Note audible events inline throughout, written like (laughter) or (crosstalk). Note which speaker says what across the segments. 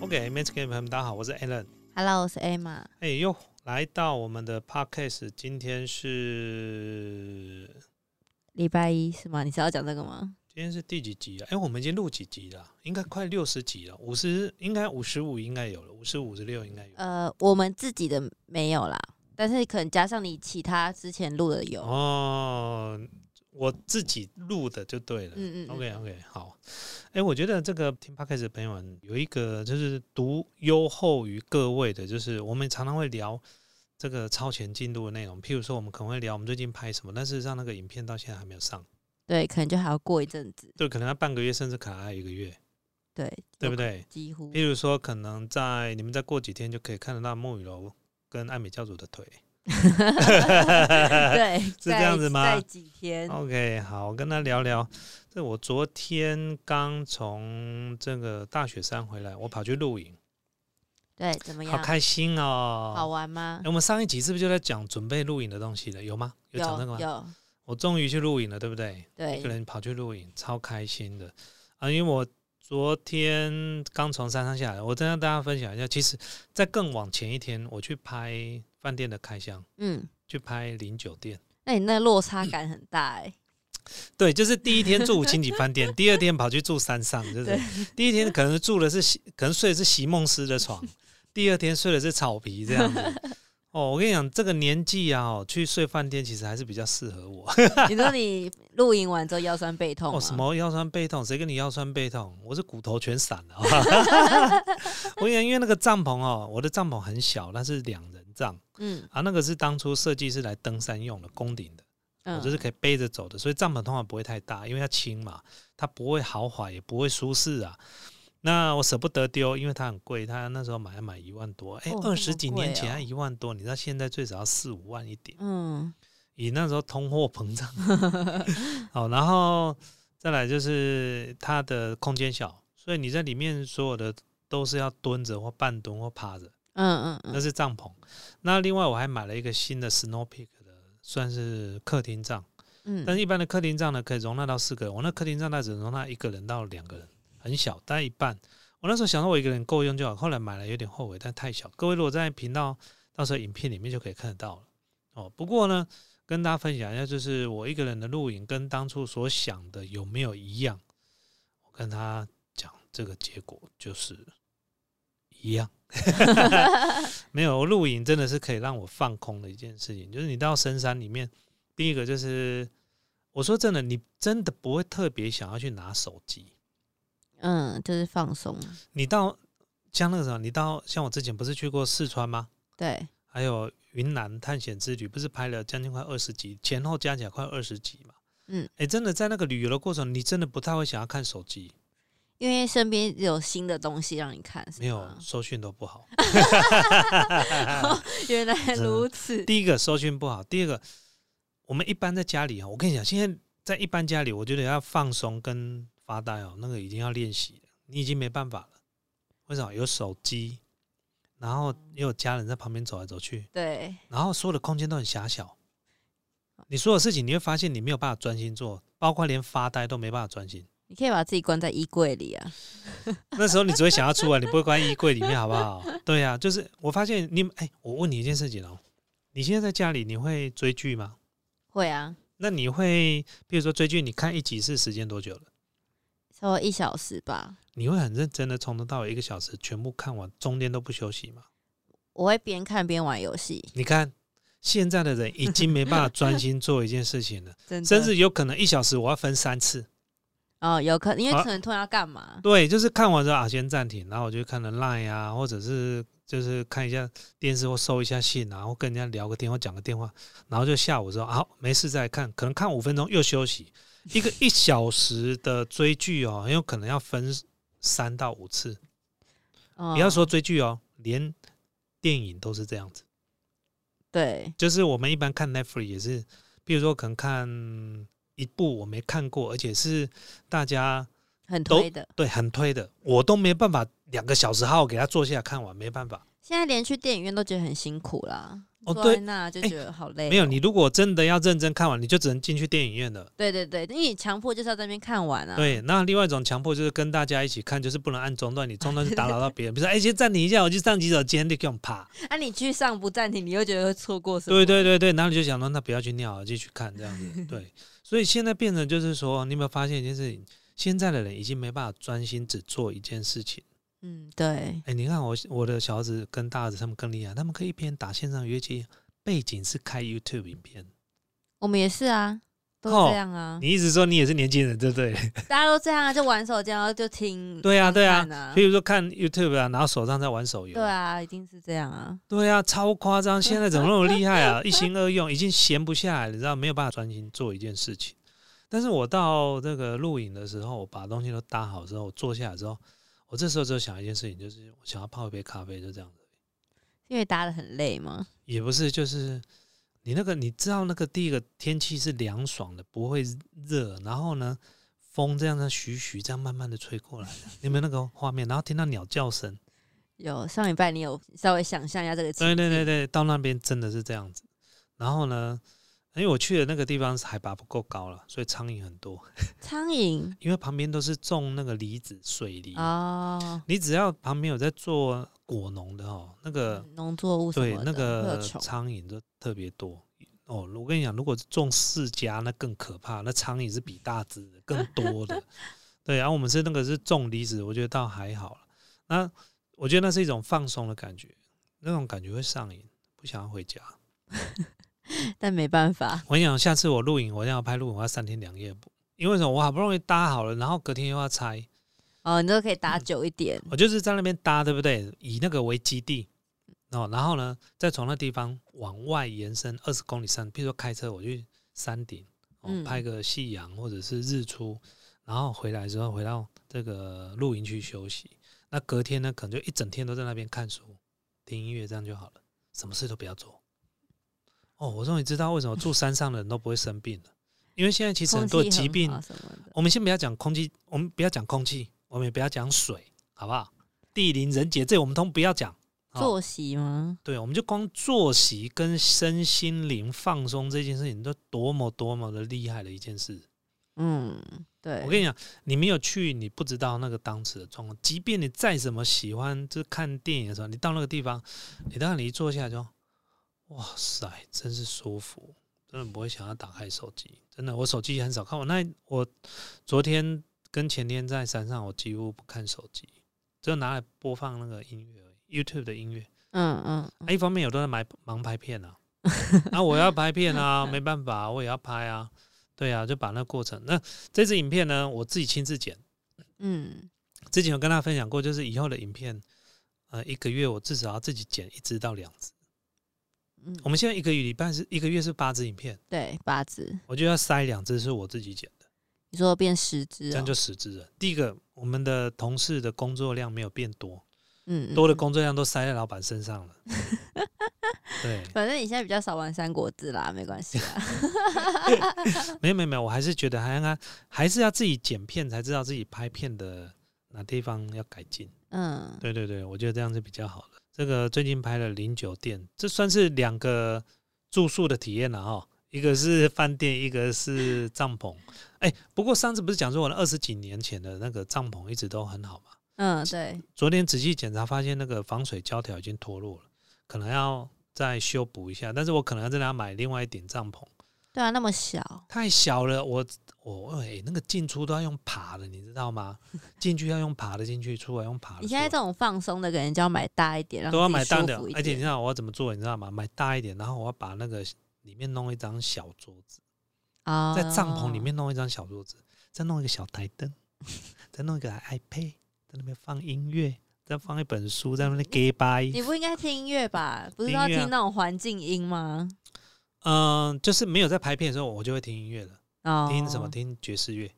Speaker 1: OK，Men's Game 朋友们大家好，我是 Alan。
Speaker 2: Hello，我是 Emma。
Speaker 1: 哎、又来到我们的 Podcast，今天是
Speaker 2: 礼拜一是吗？你是要讲这个吗？
Speaker 1: 今天是第几集啊？哎、我们已经录几集了？应该快六十集了，五十应该五十五应该有了，五十五十六应该有。
Speaker 2: 呃，我们自己的没有啦，但是可能加上你其他之前录的呃有。
Speaker 1: 哦，我自己录的就对了。
Speaker 2: 嗯嗯嗯
Speaker 1: OK OK，好。哎、我觉得这个听 podcast 的朋友们有一个就是独优厚于各位的，就是我们常常会聊这个超前进度的内容，譬如说我们可能会聊我们最近拍什么，但事实上那个影片到现在还没有上，
Speaker 2: 对，可能就还要过一阵子，
Speaker 1: 对，可能要半个月甚至可能要一个月，
Speaker 2: 对，
Speaker 1: 对不
Speaker 2: 有？
Speaker 1: 对？
Speaker 2: 几乎
Speaker 1: 譬如说，可能在你们再过几天就可以看得到木雨楼跟爱美教主的腿。(laughs)
Speaker 2: (laughs) 对，是
Speaker 1: 这样子吗哦
Speaker 2: 在几天？
Speaker 1: OK，好，我跟他聊聊。这我昨天刚从这个大雪山回来，我跑去露营，
Speaker 2: 对，怎么样？
Speaker 1: 好开心哦！
Speaker 2: 好玩吗
Speaker 1: 诶、？我们上一集是不是就在讲准备露营的东西了？有吗？有讲那个
Speaker 2: 有
Speaker 1: 吗？
Speaker 2: 有，
Speaker 1: 我终于去露营了，对不对？一个
Speaker 2: 对，
Speaker 1: 人跑去露营，超开心的啊！因为我昨天刚从山上下来，我再跟大家分享一下。其实，在更往前一天，我去拍饭店的开箱，
Speaker 2: 嗯，
Speaker 1: 去拍零酒店。
Speaker 2: 那你那个落差感很大
Speaker 1: (laughs)
Speaker 2: 哎、
Speaker 1: 对，就是第一天住五星级饭店，第二天跑去住山上，就是
Speaker 2: 对
Speaker 1: 第一天可能住的是席可能睡的是席梦思的床，第二天睡的是草皮这样子。哦，我跟你讲，这个年纪啊，哦去睡饭店其实还是比较适合我。
Speaker 2: 你说你露营完之后腰酸背痛吗？
Speaker 1: 哦，什？么腰酸背痛？谁跟你腰酸背痛？我是骨头全散了。我跟你讲，因为那个帐篷哦，我的帐篷很小，那是两人帐
Speaker 2: 嗯
Speaker 1: 啊，那个是当初设计是来登山用的，攻顶的。我
Speaker 2: 嗯，
Speaker 1: 就是可以背着走的，所以帐篷通常不会太大，因为它轻嘛，它不会豪华，也不会舒适啊。那我舍不得丢，因为它很贵，它那时候买要买一万多，哎、
Speaker 2: 哦
Speaker 1: 二十、
Speaker 2: 这么
Speaker 1: 几年
Speaker 2: 贵
Speaker 1: 前
Speaker 2: 哦
Speaker 1: 它一万多，你知道现在最少要四五万一点，
Speaker 2: 嗯，
Speaker 1: 以那时候通货膨
Speaker 2: (laughs)
Speaker 1: 胀。好，然后再来就是它的空间小，所以你在里面所有的都是要蹲着或半蹲或趴着。
Speaker 2: 嗯嗯
Speaker 1: 那
Speaker 2: 嗯，
Speaker 1: 是帐篷。那另外我还买了一个新的 Snow Peak 的，算是客厅帐。
Speaker 2: 嗯，
Speaker 1: 但是一般的客厅帐呢，可以容纳到四个人，我那客厅帐它只能容纳一个人到两个人，很小，大概一半。我那时候想到我一个人够用就好，后来买了有点后悔，但太小。各位如果在频道到时候影片里面就可以看得到了哦。不过呢，跟大家分享一下，就是我一个人的录影跟当初所想的有没有一样？我跟他讲这个结果就是一样。没有露营真的是可以让我放空的一件事情，就是你到深山里面，第一个就是我说真的，你真的不会特别想要去拿手机。
Speaker 2: 嗯，就是放松，
Speaker 1: 你到像那个什么，你到像我之前不是去过四川吗？
Speaker 2: 对，
Speaker 1: 还有云南探险之旅，不是拍了将近快二十集，前后加起来快二十集嘛？
Speaker 2: 嗯，
Speaker 1: 哎，真的在那个旅游的过程，你真的不太会想要看手机，
Speaker 2: 因为身边有新的东西让你看，是啊
Speaker 1: 没有
Speaker 2: 吗
Speaker 1: 收讯都不好。
Speaker 2: 原来如此。
Speaker 1: 第一个收讯不好，第二个我们一般在家里啊，我跟你讲，现在在一般家里，我觉得要放松跟发呆哦，那个已经要练习了，你已经没办法了。为什么？有手机，然后也有家人在旁边走来走去，
Speaker 2: 对，
Speaker 1: 然后所有的空间都很狭小。你所有事情，你会发现你没有办法专心做，包括连发呆都没办法专心。
Speaker 2: 你可以把自己关在衣柜里啊。
Speaker 1: 那时候你只会想要出来，你不会关在衣柜里面，好不好？对呀、就是我发现你，哎、我问你一件事情哦，你现在在家里你会追剧吗？
Speaker 2: 会啊，
Speaker 1: 那你会，比如说追剧，你看一集是时间多久了？
Speaker 2: 差不多一小时吧。
Speaker 1: 你会很认真的从头到尾一个小时全部看完，中间都不休息吗？
Speaker 2: 我会边看边玩游戏，
Speaker 1: 你看现在的人已经没办法专心做一件事情了，
Speaker 2: (laughs) 真的。
Speaker 1: 甚至有可能一小时我要分三次。
Speaker 2: 哦，有可因
Speaker 1: 啊
Speaker 2: 为可能突然要干嘛？
Speaker 1: 对，就是看完之后啊，先暂停，然后我就看了 Line 啊，或者是就是看一下电视或收一下信啊，或跟人家聊个电话、讲个电话，然后就下午之后啊，没事再来看，可能看五分钟又休息。一个一小时的追剧哦，很有可能要分三到五次。
Speaker 2: 哦
Speaker 1: 不要说追剧哦，连电影都是这样子。
Speaker 2: 对，
Speaker 1: 就是我们一般看 Netflix 也是，比如说可能看一部我没看过，而且是大家
Speaker 2: 很
Speaker 1: 都
Speaker 2: 推的。
Speaker 1: 对很推的，我都没办法两个小时好好给他坐下来看完，没办法。
Speaker 2: 现在连去电影院都觉得很辛苦啦，
Speaker 1: 哦
Speaker 2: 坐
Speaker 1: 对
Speaker 2: 在那就
Speaker 1: 哎
Speaker 2: 觉得好累哦、
Speaker 1: 没有，你如果真的要认真看完，你就只能进去电影院了。
Speaker 2: 对对对，因为你强迫就是要在那边看完啊。
Speaker 1: 对，那另外一种强迫就是跟大家一起看，就是不能按中断，你中断就打扰
Speaker 2: (laughs)
Speaker 1: 到别人。比如说，哎、先暂停一下，我去上几手间，你给我们爬。
Speaker 2: 啊，你去上不暂停，你又觉得会错过什么？
Speaker 1: 对对对对，然后你就想说，那不要去尿了，继续看这样子。 (laughs) 对，所以现在变成就是说，你有没有发现一件事情？现在的人已经没办法专心只做一件事情。
Speaker 2: 嗯，对，
Speaker 1: 哎，你看我我的小儿子跟大儿子他们更厉害，他们可以一边打线上乐器，背景是开 YouTube 影片。
Speaker 2: 我们也是啊，都
Speaker 1: 哦
Speaker 2: 这样啊，
Speaker 1: 你一直说你也是年轻人，对不对？
Speaker 2: 大家都这样啊，就玩手机，然后就听。
Speaker 1: 对啊，对啊
Speaker 2: 看。啊
Speaker 1: (laughs) 比，如说看 YouTube 啊，然后手上在玩手游。
Speaker 2: 对啊，一定是这样啊。
Speaker 1: 对啊，超夸张！现在怎么那么厉害啊？一心二用，已经闲不下来了，你知道，没有办法专心做一件事情。但是我到这个录影的时候，我把东西都搭好之后，我坐下来之后，我这时候只有想一件事情，就是我想要泡一杯咖啡，就这样子。
Speaker 2: 因为打的很累嘛，
Speaker 1: 也不是，就是你那个，你知道那个第一个天气是凉爽的，不会热，然后呢，风这样的徐徐这样慢慢的吹过来的，你有没有那个画面？然后听到鸟叫声，
Speaker 2: 有上礼拜你有稍微想象一下这个情
Speaker 1: 对
Speaker 2: 景，
Speaker 1: 对对对，到那边真的是这样子。然后呢，因为我去的那个地方是海拔不够高了，所以苍蝇很多。 (laughs)
Speaker 2: 苍蝇
Speaker 1: 因为旁边都是种那个梨子、水梨，
Speaker 2: 哦，
Speaker 1: 你只要旁边有在做果农的哦，那个
Speaker 2: 农作嗯物什
Speaker 1: 对
Speaker 2: 么
Speaker 1: 那
Speaker 2: 的会
Speaker 1: 个
Speaker 2: 有虫，
Speaker 1: 苍蝇就特别多。哦，我跟你讲，如果是种释迦，那更可怕，那苍蝇是比大只的更多
Speaker 2: (laughs)
Speaker 1: 的。对，然、后我们是那个是种梨子，我觉得倒还好了。那我觉得那是一种放松的感觉，那种感觉会上瘾，不想要回家。
Speaker 2: 但没办法，
Speaker 1: 我跟你讲，下次我录影，我要拍录影，我要三天两夜不，因为什么？我好不容易搭好了，然后隔天又要拆，
Speaker 2: 哦，你都可以打久一点，
Speaker 1: 我哦就是在那边搭，对不对？以那个为基地哦，然后呢，再从那地方往外延伸二十公里山，譬如说开车我去山顶，哦
Speaker 2: 嗯，
Speaker 1: 拍个夕阳或者是日出，然后回来之后回到这个露营区休息。那隔天呢，可能就一整天都在那边看书、听音乐，这样就好了，什么事都不要做。哦，我终于知道为什么住山上的人都不会生病了，因为现在其实
Speaker 2: 空
Speaker 1: 很
Speaker 2: (laughs)
Speaker 1: 多
Speaker 2: 气
Speaker 1: 疾
Speaker 2: 很
Speaker 1: 病
Speaker 2: 好什么的，
Speaker 1: 我们先不要讲空气，我们不要讲空气，我们也不要讲水，好不好？地灵人杰这我们通不要讲。哦
Speaker 2: 作息吗？
Speaker 1: 对，我们就光作息跟身心灵放松这件事情，都多么多么的厉害的一件事。
Speaker 2: 嗯，对，
Speaker 1: 我跟你讲，你没有去，你不知道那个当时的状况。即便你再怎么喜欢，就是看电影的时候，你到那个地方，你当你一坐下来就，哇塞，真是舒服，真的不会想要打开手机。真的，我手机很少看。我那我昨天跟前天在山上，我几乎不看手机，只有拿来播放那个音乐而已，YouTube 的音乐。
Speaker 2: 嗯嗯嗯
Speaker 1: 啊，一方面有都在买忙拍片啊，啊，我要拍片啊，没办法，我也要拍啊，对啊，就把那过程。那这支影片呢，我自己亲自剪，
Speaker 2: 嗯，
Speaker 1: 之前有跟大家分享过，就是以后的影片，呃，一个月我至少要自己剪一支到两支。
Speaker 2: 嗯
Speaker 1: 我们现在一个礼拜是一个月是八支影片，
Speaker 2: 对，八字，
Speaker 1: 我就要塞两支是我自己剪的，
Speaker 2: 你说变十只、
Speaker 1: 这
Speaker 2: 哦
Speaker 1: 样，就十支了。第一个，我们的同事的工作量没有变多，
Speaker 2: 嗯嗯
Speaker 1: 多的
Speaker 2: 嗯
Speaker 1: 工作量都塞在老板身上了。对，
Speaker 2: 反正你现在比较少玩三国志啦，没
Speaker 1: (laughs)
Speaker 2: 关系啦。
Speaker 1: 没有没有没有，我还是觉得还应该还是要自己剪片才知道自己拍片的哪地方要改进。
Speaker 2: 嗯，
Speaker 1: 对对对，我觉得这样是比较好的。这个最近拍了零酒店，这算是两个住宿的体验了哈、一个是饭店，一个是帐篷。哎，不过上次不是讲说我那二十几年前的那个帐篷一直都很好嘛？
Speaker 2: 嗯，对，
Speaker 1: 昨天仔细检查发现那个防水胶条已经脱落了，可能要再修补一下。但是我可能要再拿买另外一顶帐篷。
Speaker 2: 对啊，那么小，
Speaker 1: 太小了，我我哎、那个进出都要用爬的，你知道吗？
Speaker 2: (laughs)
Speaker 1: 进去要用爬的进去，出来用爬的出来。
Speaker 2: 你现在这种放松的，给人就要买大一点，让
Speaker 1: 都要
Speaker 2: 自己
Speaker 1: 买大
Speaker 2: 舒
Speaker 1: 的
Speaker 2: 服，一
Speaker 1: 而且你知
Speaker 2: 点。
Speaker 1: 道我要怎么做，你知道吗？买大一点，然后我要把那个里面弄一张小桌子，
Speaker 2: 啊
Speaker 1: 在帐篷里面弄一张小桌子，再弄一个小台灯，再弄一个 iPad，在那边放音乐，再放一本书，在那边 gay 掰。
Speaker 2: 你不应该听音乐吧？不是
Speaker 1: 听
Speaker 2: 说要
Speaker 1: 音乐啊
Speaker 2: 听那种环境音吗？
Speaker 1: 嗯、就是没有在排片的时候，我就会听音乐了。
Speaker 2: 哦，
Speaker 1: 听什么？？听爵士乐。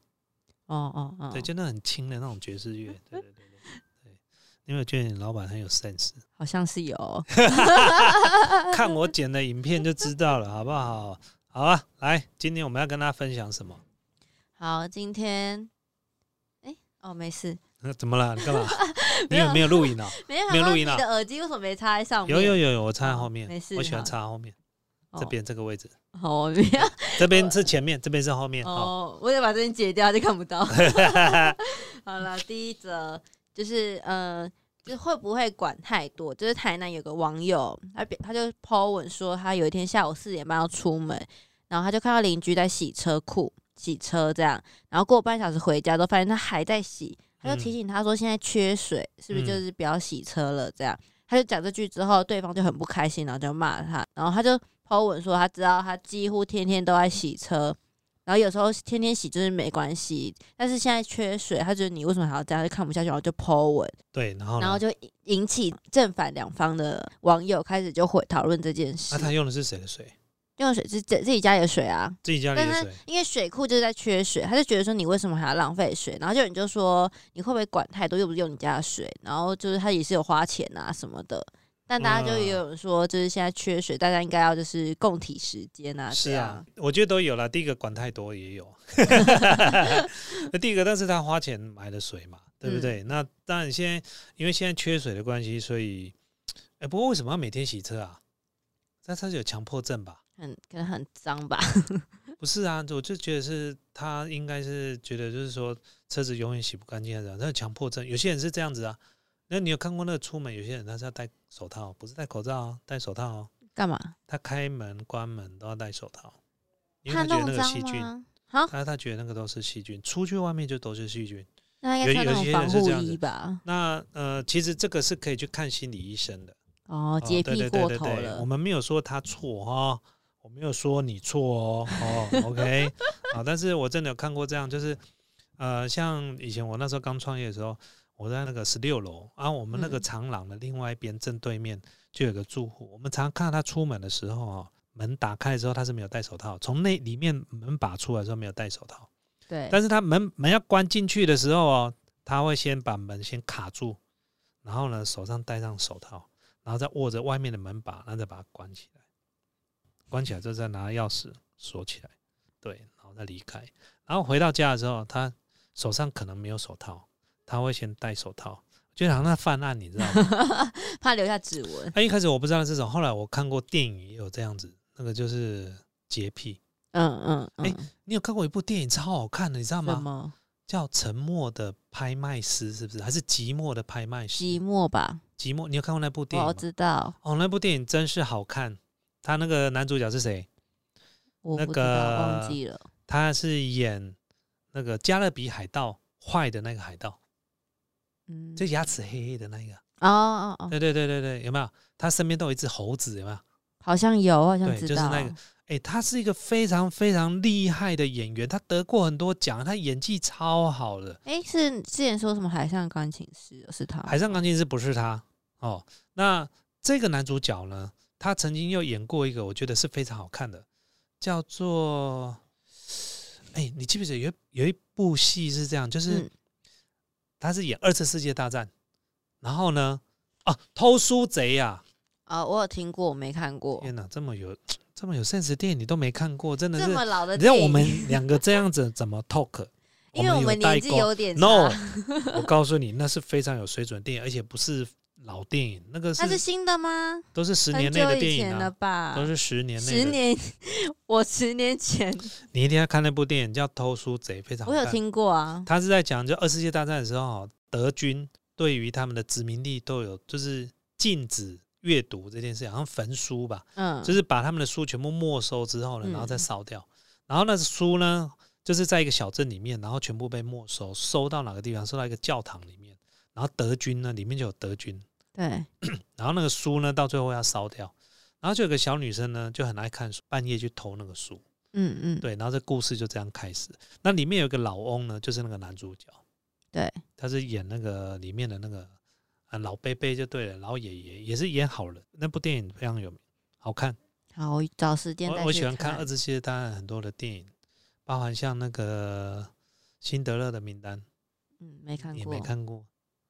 Speaker 2: 哦哦哦，
Speaker 1: 对，就那很轻的那种爵士
Speaker 2: (laughs)
Speaker 1: 乐，对对对对对。因为我觉得你老板很有
Speaker 2: (laughs)
Speaker 1: sense，
Speaker 2: 好像是有。啊
Speaker 1: 看我剪的影片就知道了，好不好？好啊，来，今天我们要跟大家分享什么？
Speaker 2: 好，今天，哎、哦，没事，
Speaker 1: 那怎么了？你干
Speaker 2: (laughs)
Speaker 1: 嘛？你有没有录影啊？
Speaker 2: 没有
Speaker 1: 没有录音
Speaker 2: 你
Speaker 1: 啊
Speaker 2: 的耳机为什么哦没插在上面？
Speaker 1: 有有有有，我插在后面，
Speaker 2: 没事哦
Speaker 1: 我喜欢
Speaker 2: 好
Speaker 1: 插后面，这边这个位置，
Speaker 2: 好，哦我不要
Speaker 1: 这边是前面，这边是后面。好，
Speaker 2: 哦，我得把这边截掉，就看
Speaker 1: (laughs)
Speaker 2: 不到。好了，第一则就是呃，就是会不会管太多？就是台南有个网友，他表他就 po 文说，他有一天下午四点半要出门，然后他就看到邻居在洗车库洗车这样，然后过半小时回家之后，发现他还在洗，他就提醒他说现在缺水，是不是
Speaker 1: 嗯
Speaker 2: 就是不要洗车了这样？他就讲这句之后，对方就很不开心，然后就骂他，然后他就 po 文说他知道他几乎天天都在洗车，然后有时候天天洗就是没关系，但是现在缺水，他觉得你为什么还要这样，就看不下去，然后就 po 文，
Speaker 1: 对，然后
Speaker 2: 然
Speaker 1: 呢
Speaker 2: 后？就引引起正反两方的网友开始就会讨论这件事
Speaker 1: 那。他用的是谁的水？
Speaker 2: 用水是自自己家里的水啊，
Speaker 1: 自己家里
Speaker 2: 但
Speaker 1: 的
Speaker 2: 他
Speaker 1: 水？
Speaker 2: 因为水库就是在缺水，他就觉得说你为什么还要浪费水？然后就有人就说你会不会管太多，又不是用你家的水。然后就是他也是有花钱啊什么的，但大家就
Speaker 1: 嗯
Speaker 2: 也有人说，就是现在缺水，大家应该要就是共体时间啊，
Speaker 1: 是
Speaker 2: 这
Speaker 1: 啊
Speaker 2: 样，，
Speaker 1: 我觉得都有了。第一个管太多也有，那第一个，但是他花钱买的水嘛，对不对？那当然，现在因为现在缺水的关系，所以，哎，不过为什么要每天洗车啊？那他是有强迫症吧？
Speaker 2: 很可能很脏吧。 (laughs)
Speaker 1: 不是啊，我就觉得是他应该是觉得就是说车子永远洗不干净啊，这样他有强迫症。有些人是这样子啊。那你有看过那个出门有些人他是要戴手套，不是戴口罩啊，戴手套哦。
Speaker 2: 干嘛？
Speaker 1: 他开门关门都要戴手套，因为
Speaker 2: 他
Speaker 1: 他觉得
Speaker 2: 弄
Speaker 1: 那个
Speaker 2: 脏
Speaker 1: 细菌。
Speaker 2: 吗？好，
Speaker 1: 他他觉得那个都是细菌，出去外面就都是细菌。
Speaker 2: 那应该穿那
Speaker 1: 有有
Speaker 2: 种
Speaker 1: 些人
Speaker 2: 防
Speaker 1: 是
Speaker 2: 护
Speaker 1: 这样子
Speaker 2: 衣吧？
Speaker 1: 那呃，其实这个是可以去看心理医生的。
Speaker 2: 哦，洁
Speaker 1: 对
Speaker 2: 癖
Speaker 1: 对对
Speaker 2: 过
Speaker 1: 对
Speaker 2: 头
Speaker 1: 对，我
Speaker 2: 了。
Speaker 1: 们没有说他错哈、我没有说你错哦。哦，OK，好， (laughs) 但是我真的有看过这样，就是呃，像以前我那时候刚创业的时候，我在那个十六楼啊，我们那个
Speaker 2: 嗯
Speaker 1: 长廊的另外一边正对面就有个住户，我们常看到他出门的时候啊、门打开的时候他是没有戴手套，从那里面门把出来的时候没有戴手套。
Speaker 2: 对，
Speaker 1: 但是他门门要关进去的时候哦，他会先把门先卡住，然后呢手上戴上手套，然后再握着外面的门把，然后再把它关起来。关起来之后再拿钥匙锁起来，对，然后再离开。然后回到家的时候，他手上可能没有手套，他会先戴手套，就好像在犯案，你知道
Speaker 2: (laughs)
Speaker 1: 吗？哎
Speaker 2: 怕留下指纹。
Speaker 1: 他一开始我不知道这种，后来我看过电影也有这样子，那个就是洁癖。
Speaker 2: 嗯嗯嗯
Speaker 1: 哎，你有看过一部电影超好看的，你知道吗？
Speaker 2: 什么
Speaker 1: 叫沉默的拍卖师，是不是？还是寂寞的拍卖师？
Speaker 2: 寂寞吧？
Speaker 1: 寂寞，你有看过那部电影
Speaker 2: 我
Speaker 1: 吗？
Speaker 2: 知道，
Speaker 1: 哦，那部电影真是好看。他那个男主角是谁？
Speaker 2: 我
Speaker 1: 那
Speaker 2: 不知道，
Speaker 1: 个
Speaker 2: 忘记了。
Speaker 1: 他是演那个加勒比海盗坏的那个海盗，
Speaker 2: 嗯，
Speaker 1: 就牙齿黑黑的那一个。
Speaker 2: 哦哦哦，
Speaker 1: 对对对对对，有没有？他身边都有一只猴子，有没有？
Speaker 2: 好像有，好像
Speaker 1: 对
Speaker 2: 知道，
Speaker 1: 就是那个哎、他是一个非常非常厉害的演员，他得过很多奖，他演技超好的。
Speaker 2: 哎、是之前说什么海上钢琴师哦是他吗，
Speaker 1: 海上钢琴师不是他哦。那这个男主角呢，他曾经又演过一个，我觉得是非常好看的，叫做……哎，你记不记得有一有一部戏是这样，就是
Speaker 2: 嗯
Speaker 1: 他是演二次世界大战，然后呢，啊，偷书贼呀、
Speaker 2: 哦，我有听过，我没看过，
Speaker 1: 天哪，这么有这么有 sense 的电影你都没看过，真的
Speaker 2: 这
Speaker 1: 是。
Speaker 2: 么老的
Speaker 1: 你知道
Speaker 2: 电影，
Speaker 1: 我们两个这样子怎么 talk？
Speaker 2: (laughs) 因为我们
Speaker 1: 代
Speaker 2: 年纪
Speaker 1: 沟
Speaker 2: 有点
Speaker 1: No，
Speaker 2: 差
Speaker 1: 我告诉你，那是非常有水准的电影，而且不是老电影，
Speaker 2: (laughs)
Speaker 1: 那个
Speaker 2: 它是新的吗？
Speaker 1: 都是十年
Speaker 2: 很
Speaker 1: 内
Speaker 2: 久
Speaker 1: 的
Speaker 2: 以
Speaker 1: 电影
Speaker 2: 前了
Speaker 1: 啊，
Speaker 2: 吧？
Speaker 1: 都是十年内。
Speaker 2: 十，年，我十年前
Speaker 1: 你一定要看那部电影叫《偷书贼》，非常好
Speaker 2: 我
Speaker 1: 看。
Speaker 2: 有听过啊，
Speaker 1: 他是在讲，就二次世界大战的时候，德军对于他们的殖民地都有就是禁止阅读这件事，好像焚书吧，
Speaker 2: 嗯，
Speaker 1: 就是是把他们的书全部没收之后呢，
Speaker 2: 嗯
Speaker 1: 然后再烧掉。然后那书呢，就是在一个小镇里面，然后全部被没收，收到哪个地方？收到一个教堂里面。然后德军呢，里面就有德军，
Speaker 2: 对，
Speaker 1: 然后那个书呢，到最后要烧掉。然后就有个小女生呢，就很爱看书，半夜去偷那个书。
Speaker 2: 嗯嗯，
Speaker 1: 对，然后这故事就这样开始。那里面有一个老翁呢，就是那个男主角，
Speaker 2: 对，
Speaker 1: 他是演那个里面的那个啊老伯伯就对了，老爷爷也是演好人。那部电影非常有名，好看。
Speaker 2: 好，我找时间再
Speaker 1: 我我
Speaker 2: 去
Speaker 1: 喜欢看二
Speaker 2: 看
Speaker 1: 次世界大战很多的电影，包含像那个《辛德勒的名单》，
Speaker 2: 嗯，没看
Speaker 1: 你
Speaker 2: 过，
Speaker 1: 没看过？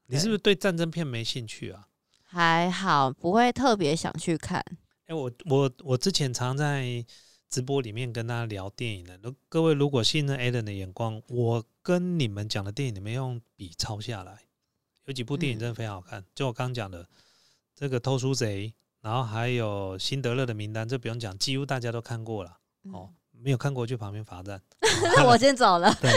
Speaker 1: 你是不是对战争片没兴趣啊？
Speaker 2: 还好，不会特别想去看，
Speaker 1: 哎、我我我之前常在直播里面跟大家聊电影的。如各位如果信任 Alan 的眼光，我跟你们讲的电影，你们用笔抄下来，有几部电影
Speaker 2: 嗯
Speaker 1: 真的非常好看。就我刚讲的这个《偷书贼》，然后还有《辛德勒的名单》，这不用讲，几乎大家都看过了。哦，没有看过去旁边罚
Speaker 2: (laughs)
Speaker 1: 站。
Speaker 2: 嗯我先走了。
Speaker 1: 对，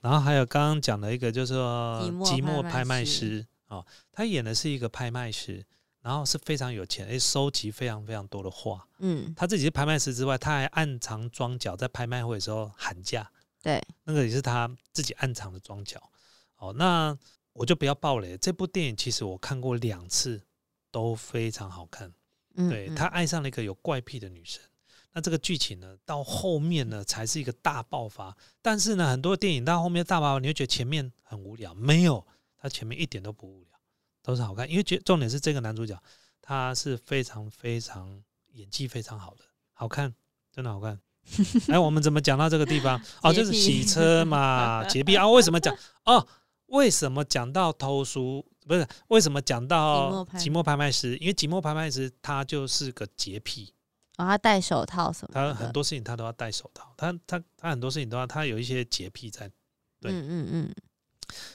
Speaker 1: 然后还有刚刚讲的一个，就是说
Speaker 2: 寂寞
Speaker 1: 寂寞
Speaker 2: 拍卖
Speaker 1: 拍卖
Speaker 2: 师
Speaker 1: 师哦，他演的是一个拍卖师，然后是非常有钱，哎，收集非常非常多的画。
Speaker 2: 嗯，
Speaker 1: 他自己是拍卖师之外，他还暗藏装脚，在拍卖会的时候喊价，
Speaker 2: 对，
Speaker 1: 那个也是他自己暗藏的装脚。哦，那我就不要爆雷。这部电影其实我看过两次，都非常好看。
Speaker 2: 嗯
Speaker 1: 对他，爱上了一个有怪癖的女生。那这个剧情呢，到后面呢才是一个大爆发。但是呢，很多电影到后面大爆发，你会觉得前面很无聊，没有，他前面一点都不无聊，都是好看。因为觉重点是这个男主角，他是非常非常演技非常好的，好看，真的好
Speaker 2: (laughs)
Speaker 1: 看。哎，我们怎么讲到这个地方？哦，就是
Speaker 2: 洁
Speaker 1: 洗
Speaker 2: 癖
Speaker 1: 车
Speaker 2: (laughs)
Speaker 1: 嘛，洁癖啊。为什么讲？哦，为什么讲到偷书？不是为什么讲到
Speaker 2: 寂寞拍
Speaker 1: 寂寞拍卖师？因为寂寞拍卖师他就是个洁癖，
Speaker 2: 然后他戴手套什么
Speaker 1: 他
Speaker 2: 的，
Speaker 1: 很多事情他都要戴手套，他他他很多事情都要，他有一些洁癖在。对
Speaker 2: 嗯嗯嗯，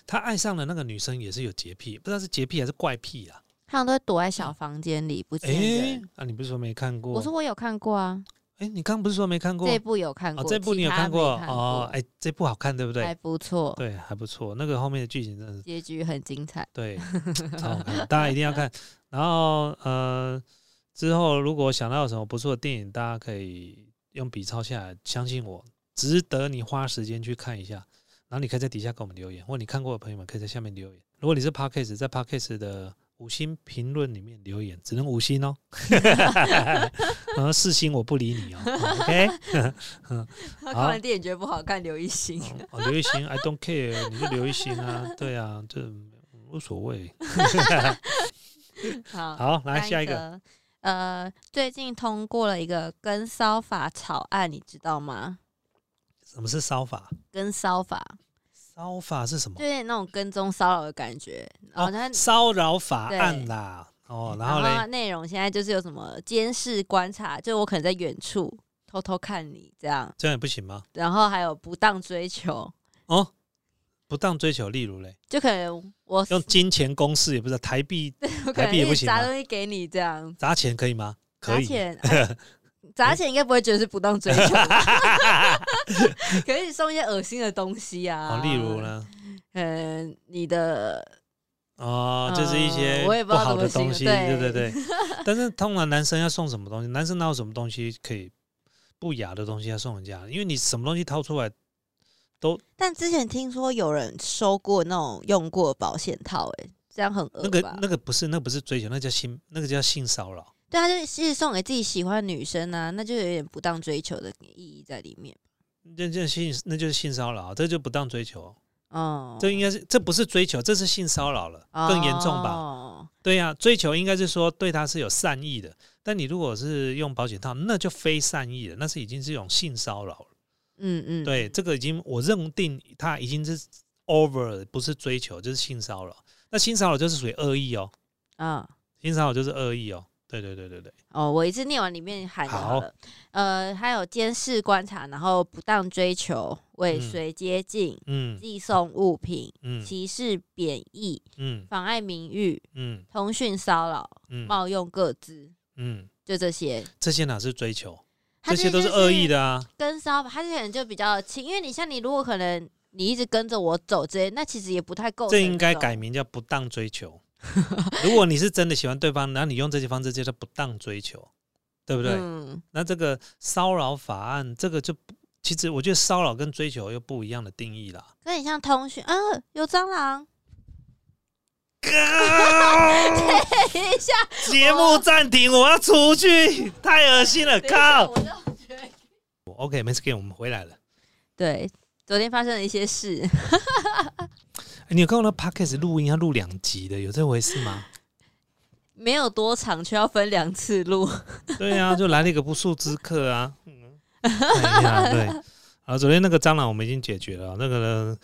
Speaker 1: 他爱上了那个女生也是有洁癖，不知道是洁癖还是怪癖啊？
Speaker 2: 他们都会躲在小房间里不见
Speaker 1: 诶，
Speaker 2: 人。
Speaker 1: 啊，你不是说没看过？
Speaker 2: 我说我有看过啊，
Speaker 1: 诶，你刚不是说没看过？
Speaker 2: 这一部有看
Speaker 1: 哦
Speaker 2: 过，，
Speaker 1: 这部你有
Speaker 2: 其他
Speaker 1: 看过
Speaker 2: 没
Speaker 1: 哦？哎，这部好看，对不
Speaker 2: 还
Speaker 1: 对？
Speaker 2: 不错，
Speaker 1: 对，还不错。那个后面的剧情真的是
Speaker 2: 结局很精彩。
Speaker 1: (laughs) 对，超好看，大家一定要看。然后呃，之后如果想到有什么不错的电影，大家可以用笔抄下来，相信我，值得你花时间去看一下。然后你可以在底下给我们留言，或你看过的朋友们可以在下面留言。如果你是 Podcast，在 Podcast 的五星评论里面留言，只能五 (laughs) 星哦。然后四星我不理你哦。哦 OK，
Speaker 2: (laughs)
Speaker 1: (laughs)
Speaker 2: 他
Speaker 1: 看完
Speaker 2: 电影觉得不好看，刘一星
Speaker 1: 哦，刘一星，I don't care，你就刘一星啊，对啊，这无所 (laughs) 谓。
Speaker 2: 好，
Speaker 1: 好，来下一个。
Speaker 2: 个。呃，最近通过了一个跟骚法草案，你知道吗？
Speaker 1: 什么是骚法？
Speaker 2: 跟骚法
Speaker 1: 骚法是什么
Speaker 2: 就？有点那种跟踪骚扰的感觉，然后它
Speaker 1: 哦，骚扰法案
Speaker 2: 对
Speaker 1: 啦。哦，然
Speaker 2: 然
Speaker 1: 后
Speaker 2: 后啊
Speaker 1: 嘞，
Speaker 2: 内容现在就是有什么监视观察，就我可能在远处偷偷看你这样，
Speaker 1: 这样也不行吗？
Speaker 2: 然后还有不当追求，
Speaker 1: 哦，不当追求，例如嘞，
Speaker 2: 就可能我
Speaker 1: 用金钱攻势也不知道，台币
Speaker 2: 我可
Speaker 1: 台
Speaker 2: 能
Speaker 1: 币也
Speaker 2: 一
Speaker 1: 不
Speaker 2: 直
Speaker 1: 行
Speaker 2: 砸
Speaker 1: 吗？
Speaker 2: 东西给你这样，
Speaker 1: 砸钱可以吗？可
Speaker 2: 砸
Speaker 1: 以。
Speaker 2: 钱。哎砸钱应该不会觉得是不当追求吧，可是你送一些恶心的东西
Speaker 1: (laughs)
Speaker 2: 啊，
Speaker 1: 哦，例如，呢？
Speaker 2: 嗯，你的
Speaker 1: 哦，就是一些
Speaker 2: 呃我也不知道
Speaker 1: 好的
Speaker 2: 怎么
Speaker 1: 东西，
Speaker 2: 形
Speaker 1: 对
Speaker 2: 容
Speaker 1: 对
Speaker 2: 对
Speaker 1: 对。但是通常男生要送什么东西？男生哪有什么东西可以不雅的东西要送人家？因为你什么东西掏出来，
Speaker 2: 但之前听说有人收过那种用过保险套、哎，这样很恶
Speaker 1: 那
Speaker 2: 吧？
Speaker 1: 个那个不是，那个不是追求，那叫性，那个叫性骚扰。
Speaker 2: 对，他就是送给自己喜欢的女生啊，那就有点不当追求的意义在里面。
Speaker 1: 那就是性，那就是性骚扰，这就不当追求。
Speaker 2: 哦，
Speaker 1: 这应该是这不是追求，这是性骚扰了，
Speaker 2: 哦
Speaker 1: 更严重吧？对呀、追求应该是说对他是有善意的，但你如果是用保险套，那就非善意了，那是已经是一种性骚扰了。
Speaker 2: 嗯嗯，
Speaker 1: 对，这个已经我认定他已经是 over，了不是追求就是性骚扰。那性骚扰就是属于恶意哦，
Speaker 2: 啊、
Speaker 1: 性骚扰就是恶意哦。对对对对对，
Speaker 2: 哦，我一次念完里面喊的
Speaker 1: 好
Speaker 2: 好了。呃，还有监视观察，然后不当追求、尾随接近、
Speaker 1: 嗯
Speaker 2: 寄送物品、
Speaker 1: 嗯
Speaker 2: 歧视、贬义、
Speaker 1: 嗯
Speaker 2: 妨碍名誉、
Speaker 1: 嗯
Speaker 2: 通讯骚扰、
Speaker 1: 嗯
Speaker 2: 冒用各自，
Speaker 1: 嗯，
Speaker 2: 就这些。
Speaker 1: 这些哪是追求？
Speaker 2: 他
Speaker 1: 这些都
Speaker 2: 就是
Speaker 1: 恶意的啊。
Speaker 2: 跟骚吧，他这可能就比较轻，因为你像你如果可能你一直跟着我走这些，那其实也不太够。
Speaker 1: 这应该改。名叫不当追求。如果你是真的喜欢对方，然后你用这些方式叫做不当追求，对不对？
Speaker 2: 嗯，
Speaker 1: 那这个骚扰法案，这个就不，其实我觉得骚扰跟追求又不一样的定义啦。
Speaker 2: 跟你像通讯，嗯、有蟑螂， (laughs) (laughs) 等一下，
Speaker 1: 节目暂停，我要出去，太恶心了，
Speaker 2: 等一下
Speaker 1: 靠
Speaker 2: 我就觉得
Speaker 1: ！OK，没事，给我们回来了。
Speaker 2: 对，昨天发生了一些事，
Speaker 1: 哎你有看过那 podcast 录音要录两集的，有这回事吗？
Speaker 2: 没有多长，却要分两次录。
Speaker 1: 对啊，就来了一个不速之客啊。哎呀，对。啊，昨天那个蟑螂我们已经解决了，那个呢，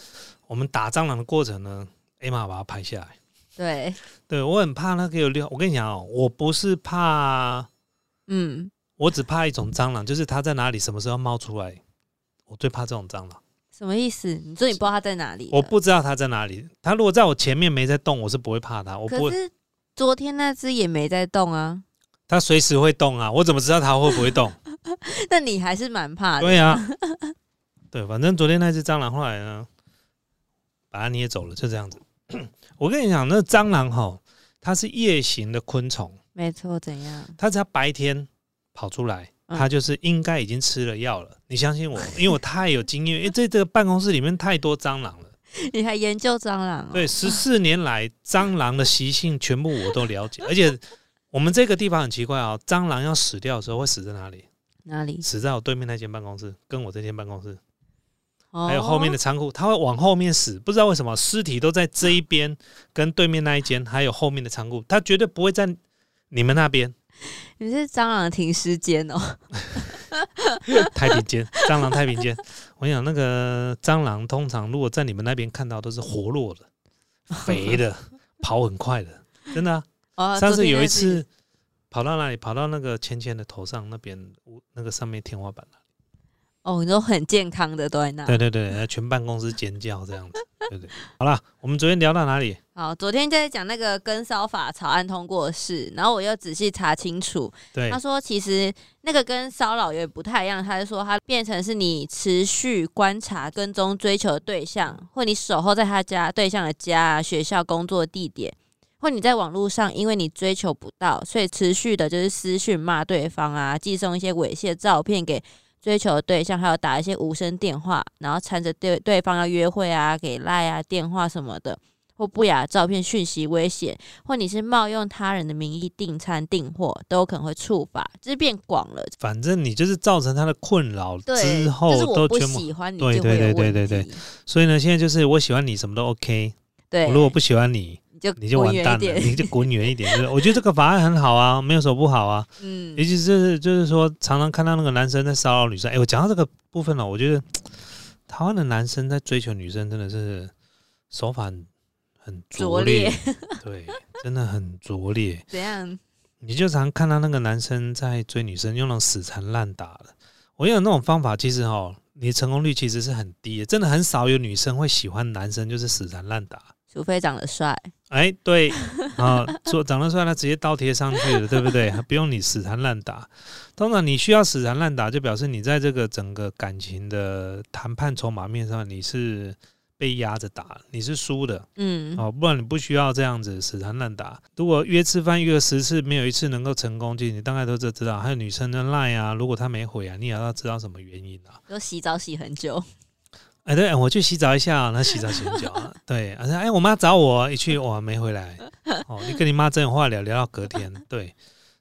Speaker 1: 我们打蟑螂的过程呢，艾玛把它拍下来。
Speaker 2: (laughs) 对，
Speaker 1: 对我很怕那个有六，我跟你讲哦，我不是怕，
Speaker 2: 嗯，
Speaker 1: 我只怕一种蟑螂，就是它在哪里什么时候冒出来，我最怕这种蟑螂。
Speaker 2: 什么意思？你说你不知道它在哪里？
Speaker 1: (laughs)
Speaker 2: 啊
Speaker 1: 我，不知道它在哪里，它如果在我前面没在动，我是不会怕它，我不
Speaker 2: 可
Speaker 1: 会，
Speaker 2: 是昨天那只也没在动啊， (laughs)
Speaker 1: 它随时会动啊，我怎么知道它会不会动？
Speaker 2: 那你还是蛮怕的。
Speaker 1: 对啊，对，反正昨天那只蟑螂后来呢，把它捏走了，就这样子。 (clears throat) 我跟你讲，那蟑螂哈，它是夜行的昆虫，
Speaker 2: 没错，怎样？
Speaker 1: 它只要白天跑出来，
Speaker 2: 嗯
Speaker 1: 它就是应该已经吃了药了。你相信
Speaker 2: (laughs)
Speaker 1: 我，因为我太有经验，因为这这个办公室里面太多蟑螂了。
Speaker 2: 你还研究蟑螂、哦？
Speaker 1: 对，十四年来蟑螂的习性全部我都了解，
Speaker 2: (laughs)
Speaker 1: 而且我们这个地方很奇怪哦，蟑螂要死掉的时候会死在哪里？
Speaker 2: 哪里？
Speaker 1: 死在我对面那间办公室，跟我这间办公室。
Speaker 2: 哦
Speaker 1: 还有后面的仓库，它会往后面死，不知道为什么尸体都在这一边，跟对面那一间，还有后面的仓库，它绝对不会在你们那
Speaker 2: (laughs)
Speaker 1: 边
Speaker 2: 你是蟑螂的停尸间哦。
Speaker 1: 太平间，蟑螂太平间。我想那个蟑螂通常如果在你们那边看到都是活络的、肥
Speaker 2: (laughs)
Speaker 1: 的、跑很快的，真的、啊。
Speaker 2: (laughs) 哦，
Speaker 1: 上次
Speaker 2: 昨天
Speaker 1: 有一
Speaker 2: 那只
Speaker 1: 次跑到那里，跑到那个芊芊的头上那边，那个上面天花板了。
Speaker 2: 哦，你都很健康的都在那。
Speaker 1: 对对对，全办公室尖叫这样子。对对，好了，我们昨天聊到哪里？
Speaker 2: 好，昨天在讲那个跟骚法草案通过的事，然后我又仔细查清楚，
Speaker 1: 对
Speaker 2: 他，说其实那个跟骚扰也不太一样，他是说它变成是你持续观察、跟踪、追求的对象，或你守候在他家对象的家啊、学校、工作地点，或你在网络上因为你追求不到，所以持续的就是私讯骂对方啊，寄送一些猥亵照片给。追求的对象，还有打一些无声电话，然后缠着对对方要约会啊，给赖啊电话什么的，或不雅的照片、讯息威胁，或你是冒用他人的名义订餐订货，都有可能会触法，就是变广了。
Speaker 1: 反正你就是造成他的困扰
Speaker 2: 对，
Speaker 1: 之
Speaker 2: 就是
Speaker 1: 后
Speaker 2: 我
Speaker 1: 都
Speaker 2: 不
Speaker 1: 全部，
Speaker 2: 喜欢你就
Speaker 1: 对
Speaker 2: 会有
Speaker 1: 对对对
Speaker 2: 问
Speaker 1: 对对
Speaker 2: 题
Speaker 1: 所以呢，现在就是我喜欢你什么都 OK，
Speaker 2: 对
Speaker 1: 我如果不喜欢你，
Speaker 2: 你就
Speaker 1: 你就
Speaker 2: 滚
Speaker 1: 完
Speaker 2: 远一
Speaker 1: 蛋了，
Speaker 2: 点，
Speaker 1: 你就滚远一点。就是我觉得这个法案很好啊，没有什么不好啊。
Speaker 2: 嗯
Speaker 1: 尤，其是就是就是说，常常看到那个男生在骚扰女生。哎，我讲到这个部分了，我觉得台湾的男生在追求女生真的是手法很很
Speaker 2: 拙
Speaker 1: 拙
Speaker 2: 劣
Speaker 1: 劣，对，真的很拙劣。
Speaker 2: 怎样？
Speaker 1: 你就常看到那个男生在追女生，用那种死缠烂打的。我用那种方法，其实哦，你成功率其实是很低的，真的很少有女生会喜欢男生就是死缠烂打。
Speaker 2: 除非长得帅，
Speaker 1: 哎，对 (laughs) 啊，做长得帅，他直接倒贴上去了，对不对？还不用你死缠烂打。通常你需要死缠烂打，就表示你在这个整个感情的谈判筹码面上，你是被压着打，你是输的。
Speaker 2: 嗯，
Speaker 1: 哦，不然你不需要这样子死缠烂打。如果约吃饭约了十次没有一次能够成功，就你大概都知知道。还有女生的 line 啊，如果她没回啊，你也要知道什么原因啊。
Speaker 2: 都洗澡洗很久，
Speaker 1: 哎，对，我去洗澡一下、啊，那洗澡洗很久啊。对，而且哎，我妈找我一去，我没回来。哦，你跟你妈真有话聊，聊到隔天。对，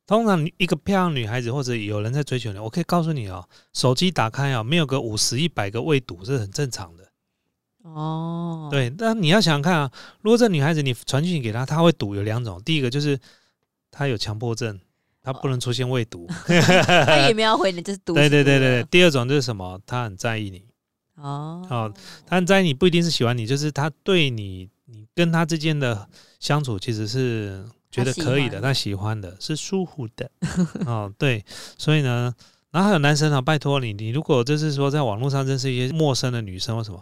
Speaker 1: 通常你一个漂亮女孩子或者有人在追求你，我可以告诉你哦，手机打开啊，没有个五十一百个未读是很正常的。
Speaker 2: 哦，，
Speaker 1: 对，但你要想想看啊，如果这女孩子你传讯给她，她会赌有两种，第一个就是她有强迫症，她
Speaker 2: 哦
Speaker 1: 不能出现未读。
Speaker 2: 他
Speaker 1: (laughs)
Speaker 2: 也没有回你，就是读，
Speaker 1: 对对对对，，第二种就是什么？她很在意你，
Speaker 2: 哦，
Speaker 1: 哦，她很在意你不一定是喜欢你，就是她对你，你跟她之间的相处其实是觉得
Speaker 2: 她喜
Speaker 1: 可以的，
Speaker 2: 欢
Speaker 1: 她喜欢的，是舒服的。
Speaker 2: (laughs)
Speaker 1: 哦，对，所以呢。然后还有男生啊，拜托你，你如果就是说在网络上认识一些陌生的女生或什么，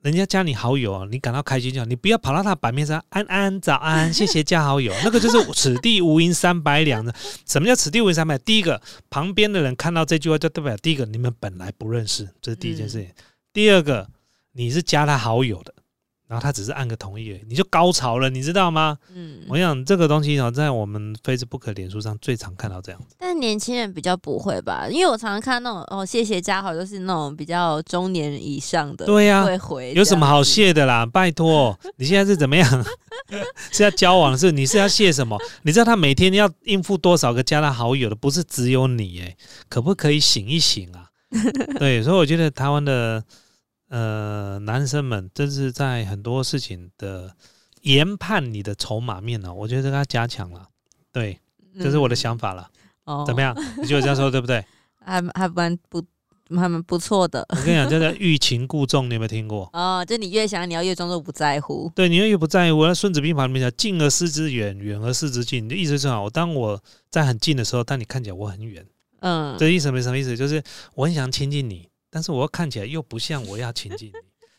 Speaker 1: 人家加你好友啊，你感到开心就好，你不要跑到他版面上，安安早安，谢谢加好友，那个就是此地无银三百两的。什么叫此地无银三百？第一个，旁边的人看到这句话就代表第一个你们本来不认识，这是第一件事情。第二个，你是加他好友的，然后他只是按个同意而已，你就高潮了，你知道吗？
Speaker 2: 嗯，
Speaker 1: 我想这个东西啊，在我们 Facebook、脸书上最常看到这样子。
Speaker 2: 但是年轻人比较不会吧，因为我常常看那种哦，谢谢嘉豪，就是那种比较中年以上的
Speaker 1: 对啊呀、
Speaker 2: 会回，
Speaker 1: 有什么好？谢的啦？拜托，你现在是怎么样？ (laughs) 是要交往是？你是要谢什么？你知道他每天要应付多少个加他好友的？不是只有你哎，可不可以醒一醒啊？对，所以我觉得台湾的呃男生们，真是在很多事情的研判你的筹码面啊呢、我觉得要加强了。对，这
Speaker 2: 嗯
Speaker 1: 是我的想法了。
Speaker 2: 哦
Speaker 1: 怎么样？你觉得我这样说对不对？
Speaker 2: 还还蛮不还蛮不错的
Speaker 1: 我跟你讲，这叫欲擒故纵，你有没有听过？
Speaker 2: 哦。就你越想，你要越装作不在乎。
Speaker 1: 对，你越不在乎。那《孙子兵法》里面讲“近而视之远，远而视之近”，你的意思是啊，我当我在很近的时候，但你看起来我很远，
Speaker 2: 嗯，
Speaker 1: 这意思没什么意思，就是我很想亲近你，但是我又看起来又不像我要亲近你。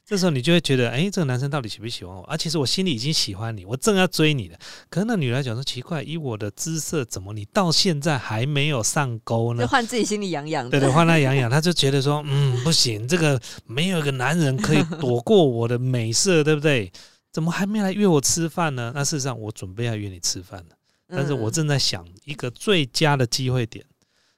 Speaker 1: 这时候你就会觉得，哎，这个男生到底喜不喜欢我？啊，其实我心里已经喜欢你，我正要追你的。可是那女来讲说，奇怪，以我的姿色，怎么你到现在还没有上钩
Speaker 2: 就
Speaker 1: 呢？
Speaker 2: 换自己心里痒 (laughs) 痒
Speaker 1: 对
Speaker 2: 的。
Speaker 1: 对，换来养养，他就觉得说，嗯，不行，这个没有一个男人可以躲过我的美色，对不对？怎么还没来约我吃饭呢？那事实上，我准备要约你吃饭了。但是我
Speaker 2: 嗯
Speaker 1: 正在想一个最佳的机会点，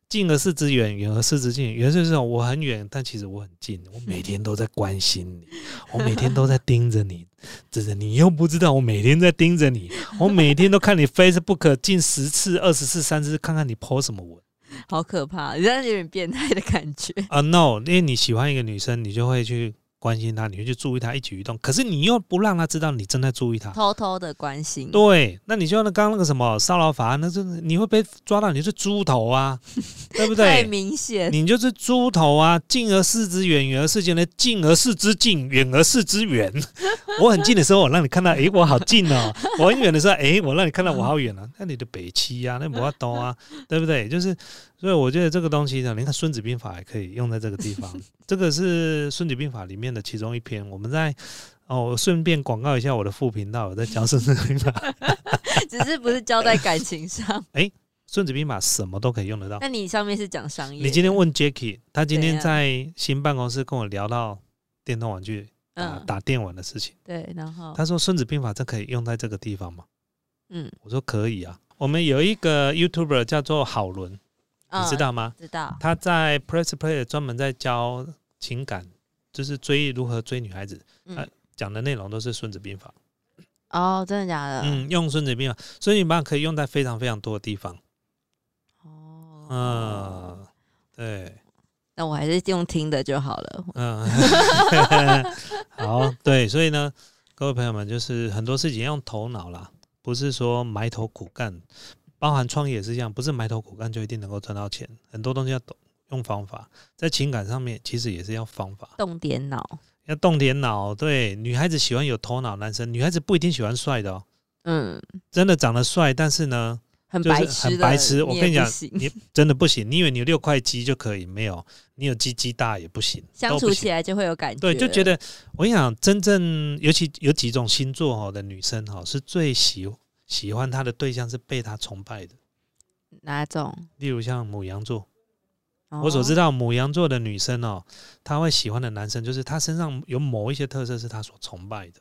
Speaker 1: 近而视之远，远而视之近。远就是我很远，但其实我很近，我每天都在关心你，我每天都在盯着你，只是你又不知道我每天在盯着你，我每天都看你 Facebook 近十次、二十次、三十次，看看你 po 什么文。
Speaker 2: 好可怕，你这样有点变态的感觉。
Speaker 1: 啊、n o 因为你喜欢一个女生，你就会去关心她，你会去注意她一举一动，可是你又不让她知道你正在注意她。
Speaker 2: 偷偷的关心，
Speaker 1: 对，那你就像那刚刚那个什么骚扰法案，那真的你会被抓到，你是猪头啊，对不
Speaker 2: 太
Speaker 1: 对？
Speaker 2: 明显。
Speaker 1: 你就是猪头啊！近而视之远，远而视之呢，近而视之近，远而视之远。我很近的时候，我让你看到，诶，我好近哦； (laughs) 我很远的时候，诶，我让你看到我好远啊。那你的北七啊，那不要懂啊， (laughs) 对不对？就是，所以我觉得这个东西呢，你看《孙子兵法》也可以用在这个地方。这个是《孙子兵法》里面的其中一篇。我们在哦，我顺便广告一下我的副频道，我在讲《孙子兵法》。《
Speaker 2: 只是不是交代感情 (laughs) 上。
Speaker 1: 孙子兵法》什么都可以用得到。
Speaker 2: 那你上面是讲商业，
Speaker 1: 你今天问 Jacky，他今天
Speaker 2: 怎样
Speaker 1: 在新办公室跟我聊到电动玩具打、
Speaker 2: 嗯哦
Speaker 1: 打电玩的事情，
Speaker 2: 对，然后
Speaker 1: 他说《孙子兵法》这可以用在这个地方吗？
Speaker 2: 嗯
Speaker 1: 我说可以啊。我们有一个 YouTuber 叫做郝伦，
Speaker 2: 嗯
Speaker 1: 你知道吗？
Speaker 2: 知道
Speaker 1: 他在 Press Play 专门在教情感，就是追如何追女孩子，
Speaker 2: 嗯
Speaker 1: 呃讲的内容都是《孙子兵法》。
Speaker 2: 哦，真的假的？
Speaker 1: 嗯，用《孙子兵法》，《孙子兵法》可以用在非常非常多的地方。
Speaker 2: 哦，
Speaker 1: 嗯，
Speaker 2: 啊
Speaker 1: 对。
Speaker 2: 那我还是用听的就好了。
Speaker 1: 嗯， (laughs) 好，对，所以呢，各位朋友们，就是很多事情要用头脑啦，不是说埋头苦干，包含创业也是一样，不是埋头苦干就一定能够赚到钱，很多东西要懂用方法，在情感上面其实也是要方法，
Speaker 2: 动点脑，
Speaker 1: 要动点脑。对，女孩子喜欢有头脑，男生女孩子不一定喜欢帅的哦，
Speaker 2: 嗯，
Speaker 1: 真的长得帅，但是呢，
Speaker 2: 很
Speaker 1: 就是
Speaker 2: 白痴的，
Speaker 1: 很白痴我
Speaker 2: 也
Speaker 1: 跟你
Speaker 2: 不
Speaker 1: 讲
Speaker 2: 行
Speaker 1: 你真的不行。你以为你有六块肌就可以？没有，你有鸡鸡大也不行，
Speaker 2: 相
Speaker 1: 都不
Speaker 2: 处 (laughs)
Speaker 1: 行
Speaker 2: 起来就会有感觉，
Speaker 1: 对，就觉得我跟你讲，真正尤其有几种星座哈的女生哈，是最喜喜欢她的对象是被她崇拜的。
Speaker 2: 哪种？
Speaker 1: 例如像母羊座，
Speaker 2: 哦
Speaker 1: 我所知道母羊座的女生哦，她会喜欢的男生就是她身上有某一些特色是她所崇拜的，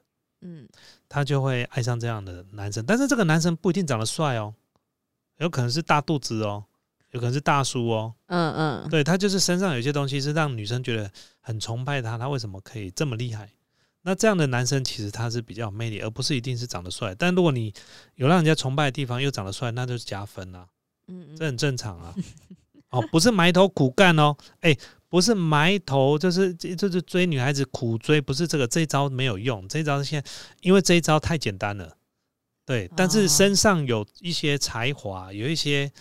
Speaker 2: 嗯，
Speaker 1: 她就会爱上这样的男生。但是这个男生不一定长得帅哦，有可能是大肚子哦，有可能是大叔哦，
Speaker 2: 嗯 (laughs) 嗯，
Speaker 1: 对他就是身上有些东西是让女生觉得很崇拜他，他为什么可以这么厉害？那这样的男生其实他是比较有魅力，而不是一定是长得帅。但如果你有让人家崇拜的地方，又长得帅，那就是加分啦、
Speaker 2: 嗯
Speaker 1: 这
Speaker 2: 嗯，
Speaker 1: 很正常啊。哦，不是埋头苦干哦，哎，不是埋头，就是这就是追女孩子苦追，不是这个这一招没有用，这一招现在因为这一招太简单了，对。但
Speaker 2: 哦
Speaker 1: 是身上有一些才华，有一些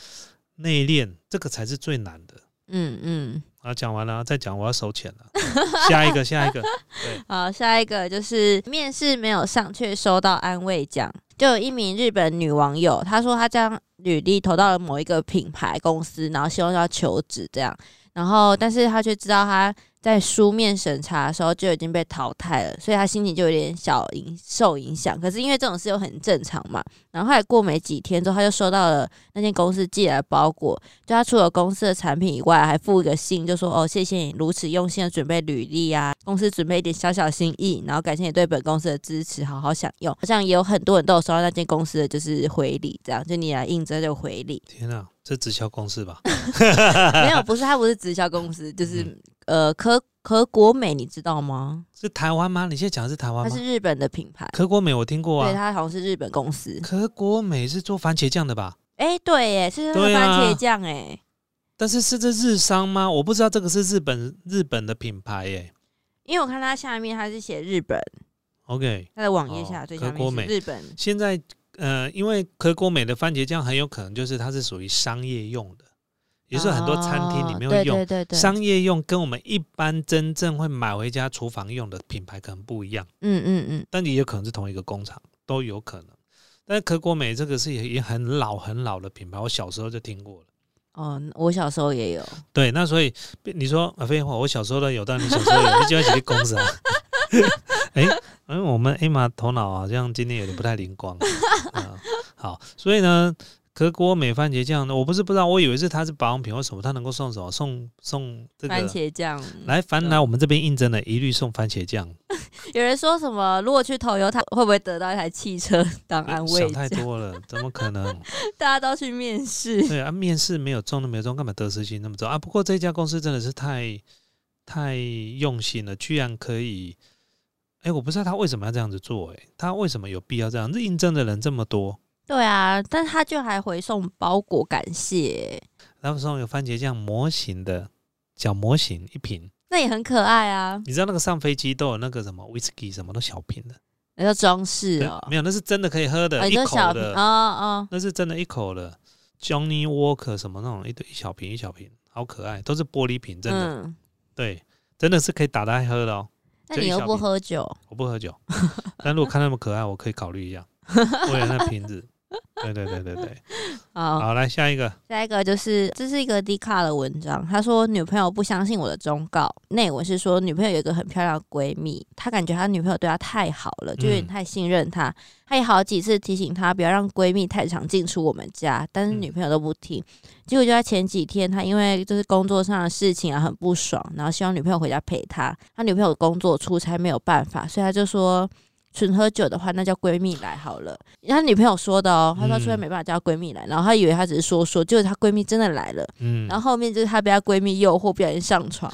Speaker 1: 内敛，这个才是最难的。
Speaker 2: 嗯嗯，
Speaker 1: 啊，讲完了，再讲我要收钱了。 (laughs) 下一个，下一个，对，
Speaker 2: 好，下一个就是面试没有上，却收到安慰奖。就有一名日本女网友，她说她将履历投到了某一个品牌公司，然后希望要求职这样，然后但是她却知道她在书面审查的时候就已经被淘汰了，所以她心情就有点小影受影响。可是因为这种事又很正常嘛，然后后来过没几天之后，她就收到了那间公司寄来的包裹，就他除了公司的产品以外，还附一个信，就说哦，谢谢你如此用心的准备履历啊，公司准备一点小小心意，然后感谢你对本公司的支持，好好享用。好像也有很多人都有收到那间公司的就是回礼，这样就你来应征就回
Speaker 1: (laughs)
Speaker 2: 礼，
Speaker 1: 天啊，这直销公司吧？
Speaker 2: 没有，不是他不是直销公司，就是、
Speaker 1: 嗯
Speaker 2: 呃可可国美，你知道吗？
Speaker 1: 是台湾吗？你现在讲的是台湾
Speaker 2: 它
Speaker 1: 吗
Speaker 2: 是？日本的品牌，
Speaker 1: 可国美我听过
Speaker 2: 对，
Speaker 1: 啊，
Speaker 2: 它好像是日本公司。
Speaker 1: 可国美是做番茄酱的吧？
Speaker 2: 哎、对，耶，是那个
Speaker 1: 对
Speaker 2: 番
Speaker 1: 啊
Speaker 2: 茄酱，哎、
Speaker 1: 但是是这日商吗？我不知道这个是日本日本的品牌耶、
Speaker 2: 因为我看它下面它是写日本，
Speaker 1: OK，
Speaker 2: 它的网页
Speaker 1: 哦
Speaker 2: 下最
Speaker 1: 可
Speaker 2: 下
Speaker 1: 国
Speaker 2: 面是
Speaker 1: 美
Speaker 2: 日本，
Speaker 1: 现在呃，因为可国美的番茄酱很有可能就是它是属于商业用的，也就是很多餐厅里面
Speaker 2: 哦
Speaker 1: 会用。
Speaker 2: 对对对对
Speaker 1: 商业用跟我们一般真正会买回家厨房用的品牌可能不一样。
Speaker 2: 嗯嗯嗯，
Speaker 1: 但也有可能是同一个工厂，都有可能。但是可国美这个是也也很老很老的品牌，我小时候就听过了。
Speaker 2: 哦，我小时候也有，
Speaker 1: 对，那所以你说啊，废话，我小时候的有，但你小时候有，你就要一起去 (laughs) 公司啊。哎、因为我们艾玛头脑好像今天有点不太灵光啊、啊好，所以呢，可锅美番茄酱呢，我不是不知道，我以为是它是保养品或什么，它能够送什么？送送这
Speaker 2: 番
Speaker 1: 个
Speaker 2: 茄酱。
Speaker 1: 来凡来我们这边应征的，一律送番茄酱。
Speaker 2: 有人说什么，如果去投油，他会不会得到一台汽车当安慰
Speaker 1: 想太
Speaker 2: 奖？
Speaker 1: 多了，怎么可能？
Speaker 2: (laughs) 大家都去面 (laughs) 试，
Speaker 1: 对啊，面试没有中都没有中，干嘛得失心那么重啊？不过这家公司真的是太太用心了，居然可以，哎、我不知道他为什么要这样子做、哎，他为什么有必要这样？这应征的人这么多，
Speaker 2: 对啊，但他就还回送包裹感谢，
Speaker 1: 然后送有番茄酱模型的小模型一瓶，
Speaker 2: 那也很可爱啊，
Speaker 1: 你知道那个上飞机都有那个什么 whisky 什么都小瓶的，
Speaker 2: 那叫装饰
Speaker 1: 对
Speaker 2: 哦。
Speaker 1: 没有，那是真的可以喝的，
Speaker 2: 啊，你
Speaker 1: 一
Speaker 2: 说
Speaker 1: 口
Speaker 2: 小
Speaker 1: 的，
Speaker 2: 哦哦，
Speaker 1: 那是真的一口的，Johnny Walker 什么那种一堆一小瓶一小瓶，好可爱，都是玻璃瓶，真的，
Speaker 2: 嗯，
Speaker 1: 对，真的是可以打开喝的哦。
Speaker 2: 那
Speaker 1: 就
Speaker 2: 你
Speaker 1: 一
Speaker 2: 又
Speaker 1: 小
Speaker 2: 不
Speaker 1: 瓶
Speaker 2: 喝酒，
Speaker 1: 我不喝酒， (laughs) 但如果看那么可爱，我可以考虑一下，为了那瓶子。 (laughs) 对对对对对，
Speaker 2: 好，
Speaker 1: 好，来下一个，
Speaker 2: 下一个就是这是一个 D 卡的文章，他说女朋友不相信我的忠告，内文是说女朋友有一个很漂亮的闺蜜，他感觉他女朋友对他太好了，就有点
Speaker 1: 嗯
Speaker 2: 太信任他，他也好几次提醒他不要让闺蜜太常进出我们家，但是
Speaker 1: 嗯
Speaker 2: 女朋友都不听，结果就在前几天，他因为就是工作上的事情啊很不爽，然后希望女朋友回家陪他，他女朋友工作出差没有办法，所以他就说。纯喝酒的话，那叫闺蜜来好了。他女朋友说的哦，她说
Speaker 1: 嗯
Speaker 2: 出来没办法叫她闺蜜来，然后她以为她只是说说，结果她闺蜜真的来了，
Speaker 1: 嗯，？
Speaker 2: 然后后面就是她被她闺蜜诱惑，不小心上床。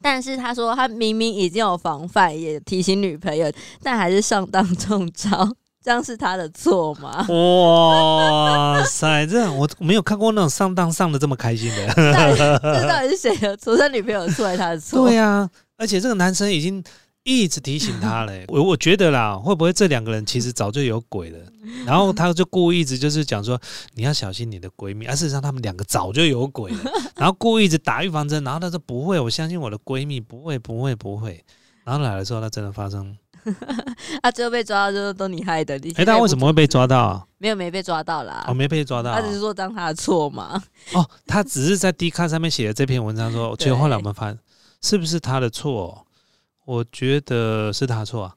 Speaker 2: 但是她说她明明已经有防范，也提醒女朋友，但还是上当中招，这样是她的错吗 (laughs)
Speaker 1: (laughs) 哇塞，这样我没有看过那种上当上的这么开心的。
Speaker 2: 到底这到底是谁的错？是她女朋友错还是她的错？
Speaker 1: 对呀、而且这个男生已经一直提醒
Speaker 2: (laughs)
Speaker 1: 他嘞，我我觉得啦，会不会这两个人其实早就有
Speaker 2: (laughs)
Speaker 1: 鬼了？然后他就故意一直就是讲说你要小心你的闺蜜，啊而、事实上他们两个早就有鬼
Speaker 2: (laughs)
Speaker 1: 了，然后故意一直打预防针，然后他说不会，我相信我的闺蜜不会不会不会，然后来的时候他真的发生。
Speaker 2: 啊，最后被抓到就是都你害的。你
Speaker 1: 哎、他为什么会被抓到啊？
Speaker 2: 没有没被抓到啦？
Speaker 1: 哦，没被抓到啊、
Speaker 2: 他只是说当她的错嘛？
Speaker 1: 哦，他只是在 D 卡上面写的这篇文章
Speaker 2: (laughs)
Speaker 1: 说，
Speaker 2: 对
Speaker 1: 结果后来我们发现是不是他的错？哦我觉得是他
Speaker 2: (laughs)
Speaker 1: 错啊。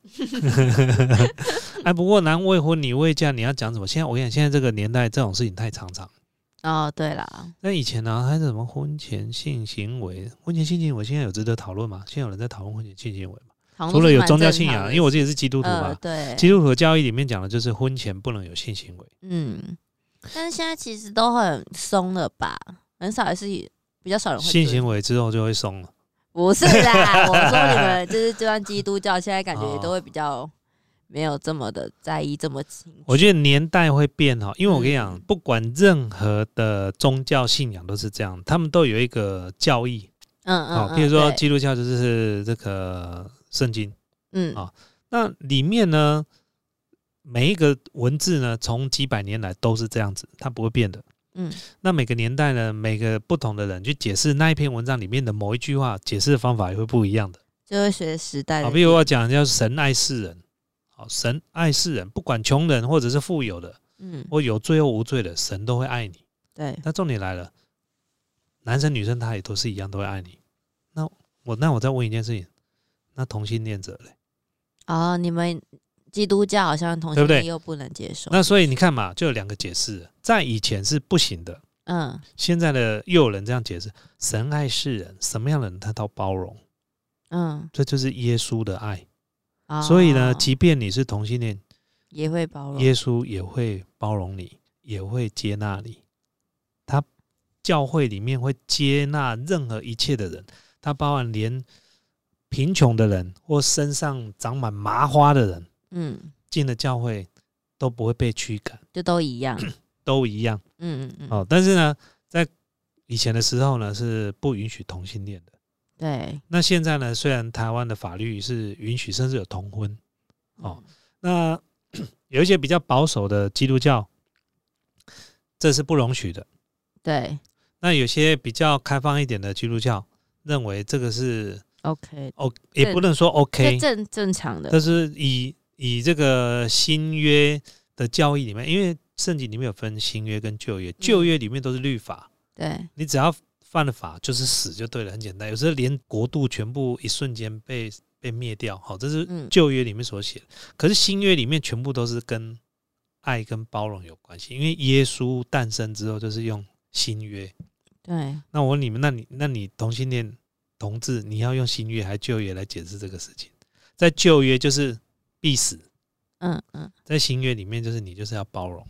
Speaker 1: 哎，不过男未婚女未嫁，你要讲什么？现在我跟你讲，现在这个年代这种事情太常常。
Speaker 2: (laughs) 哦，对啦，
Speaker 1: 那以前呢、还是什么婚前性行为？婚前性行为现在有值得讨论吗？现在有人在讨论婚前性行为吗？
Speaker 2: 好像
Speaker 1: 除了
Speaker 2: 是
Speaker 1: 有
Speaker 2: 蛮
Speaker 1: 宗教
Speaker 2: 正
Speaker 1: 信
Speaker 2: 常
Speaker 1: 仰，
Speaker 2: 的
Speaker 1: 因为我自己是基督徒
Speaker 2: 呃
Speaker 1: 嘛，
Speaker 2: 对，
Speaker 1: 基督徒的教义里面讲的就是婚前不能有性行为。
Speaker 2: 嗯，但是现在其实都很松了吧，很少也是比较少呃人会
Speaker 1: 性
Speaker 2: 遵
Speaker 1: 行为之后就会松了。
Speaker 2: 不是
Speaker 1: (laughs)
Speaker 2: 啦，我说你们就是就算基督教，现在感觉
Speaker 1: 哦
Speaker 2: 也都会比较没有这么的在意这么清楚。
Speaker 1: 我觉得年代会变哈，因为我跟你讲
Speaker 2: 嗯，
Speaker 1: 不管任何的宗教信仰都是这样，他们都有一个教义
Speaker 2: 嗯
Speaker 1: 啊，
Speaker 2: 嗯，
Speaker 1: 好
Speaker 2: 嗯
Speaker 1: 譬如说
Speaker 2: 对
Speaker 1: 基督教就是这个圣经，
Speaker 2: 嗯
Speaker 1: 啊那里面呢每一个文字呢，从几百年来都是这样子，它不会变的。
Speaker 2: 嗯
Speaker 1: 那每个年代呢，每个不同的人去解释那一篇文章里面的某一句话，解释的方法也会不一样的。
Speaker 2: 就会随着时代的
Speaker 1: 好，比如我讲叫神爱世人，好，神爱世人，不管穷人或者是富有的，
Speaker 2: 嗯
Speaker 1: 或有罪或无罪的，神都会爱你。
Speaker 2: 对
Speaker 1: 那重点来了，男生女生他也都是一样，都会爱你。那我那我再问一件事情，那同性恋者嘞？
Speaker 2: 哦，你们基督教好像同
Speaker 1: 对
Speaker 2: 性
Speaker 1: 不对
Speaker 2: 恋又不能接受，
Speaker 1: 那所以你看嘛，就有两个解释了，在以前是不行的，
Speaker 2: 嗯
Speaker 1: 现在的又有人这样解释：神爱世人，什么样的人他都包容，
Speaker 2: 嗯，
Speaker 1: 这就是耶稣的爱。
Speaker 2: 哦
Speaker 1: 所以呢，即便你是同性恋，
Speaker 2: 也会包容，
Speaker 1: 耶稣也会包容你，也会接纳你。他教会里面会接纳任何一切的人，他包含连贫穷的人或身上长满麻花的人
Speaker 2: 嗯，
Speaker 1: 进了教会都不会被驱赶，
Speaker 2: 就都
Speaker 1: (clears throat)
Speaker 2: 一样，
Speaker 1: 都一样
Speaker 2: 嗯嗯嗯，
Speaker 1: 哦。但是呢，在以前的时候呢，是不允许同性恋的。
Speaker 2: 对，
Speaker 1: 那现在呢，虽然台湾的法律是允许，甚至有同婚，哦
Speaker 2: 嗯，
Speaker 1: 那 (clears throat) 有一些比较保守的基督教，这是不容许的。
Speaker 2: 对
Speaker 1: 那有些比较开放一点的基督教，认为这个是
Speaker 2: ，OK，
Speaker 1: O，也不能说
Speaker 2: 这
Speaker 1: OK，
Speaker 2: 正正常的
Speaker 1: 但是以以这个新
Speaker 2: 嗯
Speaker 1: 约的教义里面，因为圣经里面有分新约跟旧约，旧约里面都是律法，
Speaker 2: 对，
Speaker 1: 你只要犯了法就是死就对了，很简单。有时候连国度全部一瞬间被被灭掉，好，这是
Speaker 2: 嗯
Speaker 1: 旧约里面所写的。可是新约里面全部都是跟爱跟包容有关系，因为耶稣诞生之后就是用新约。
Speaker 2: 对，
Speaker 1: 那我问你们，那你那你同性恋同志，你要用新约还旧约来解释这个事情？在旧约就是必死，
Speaker 2: 嗯嗯，
Speaker 1: 在新约里面就是你就是要包容。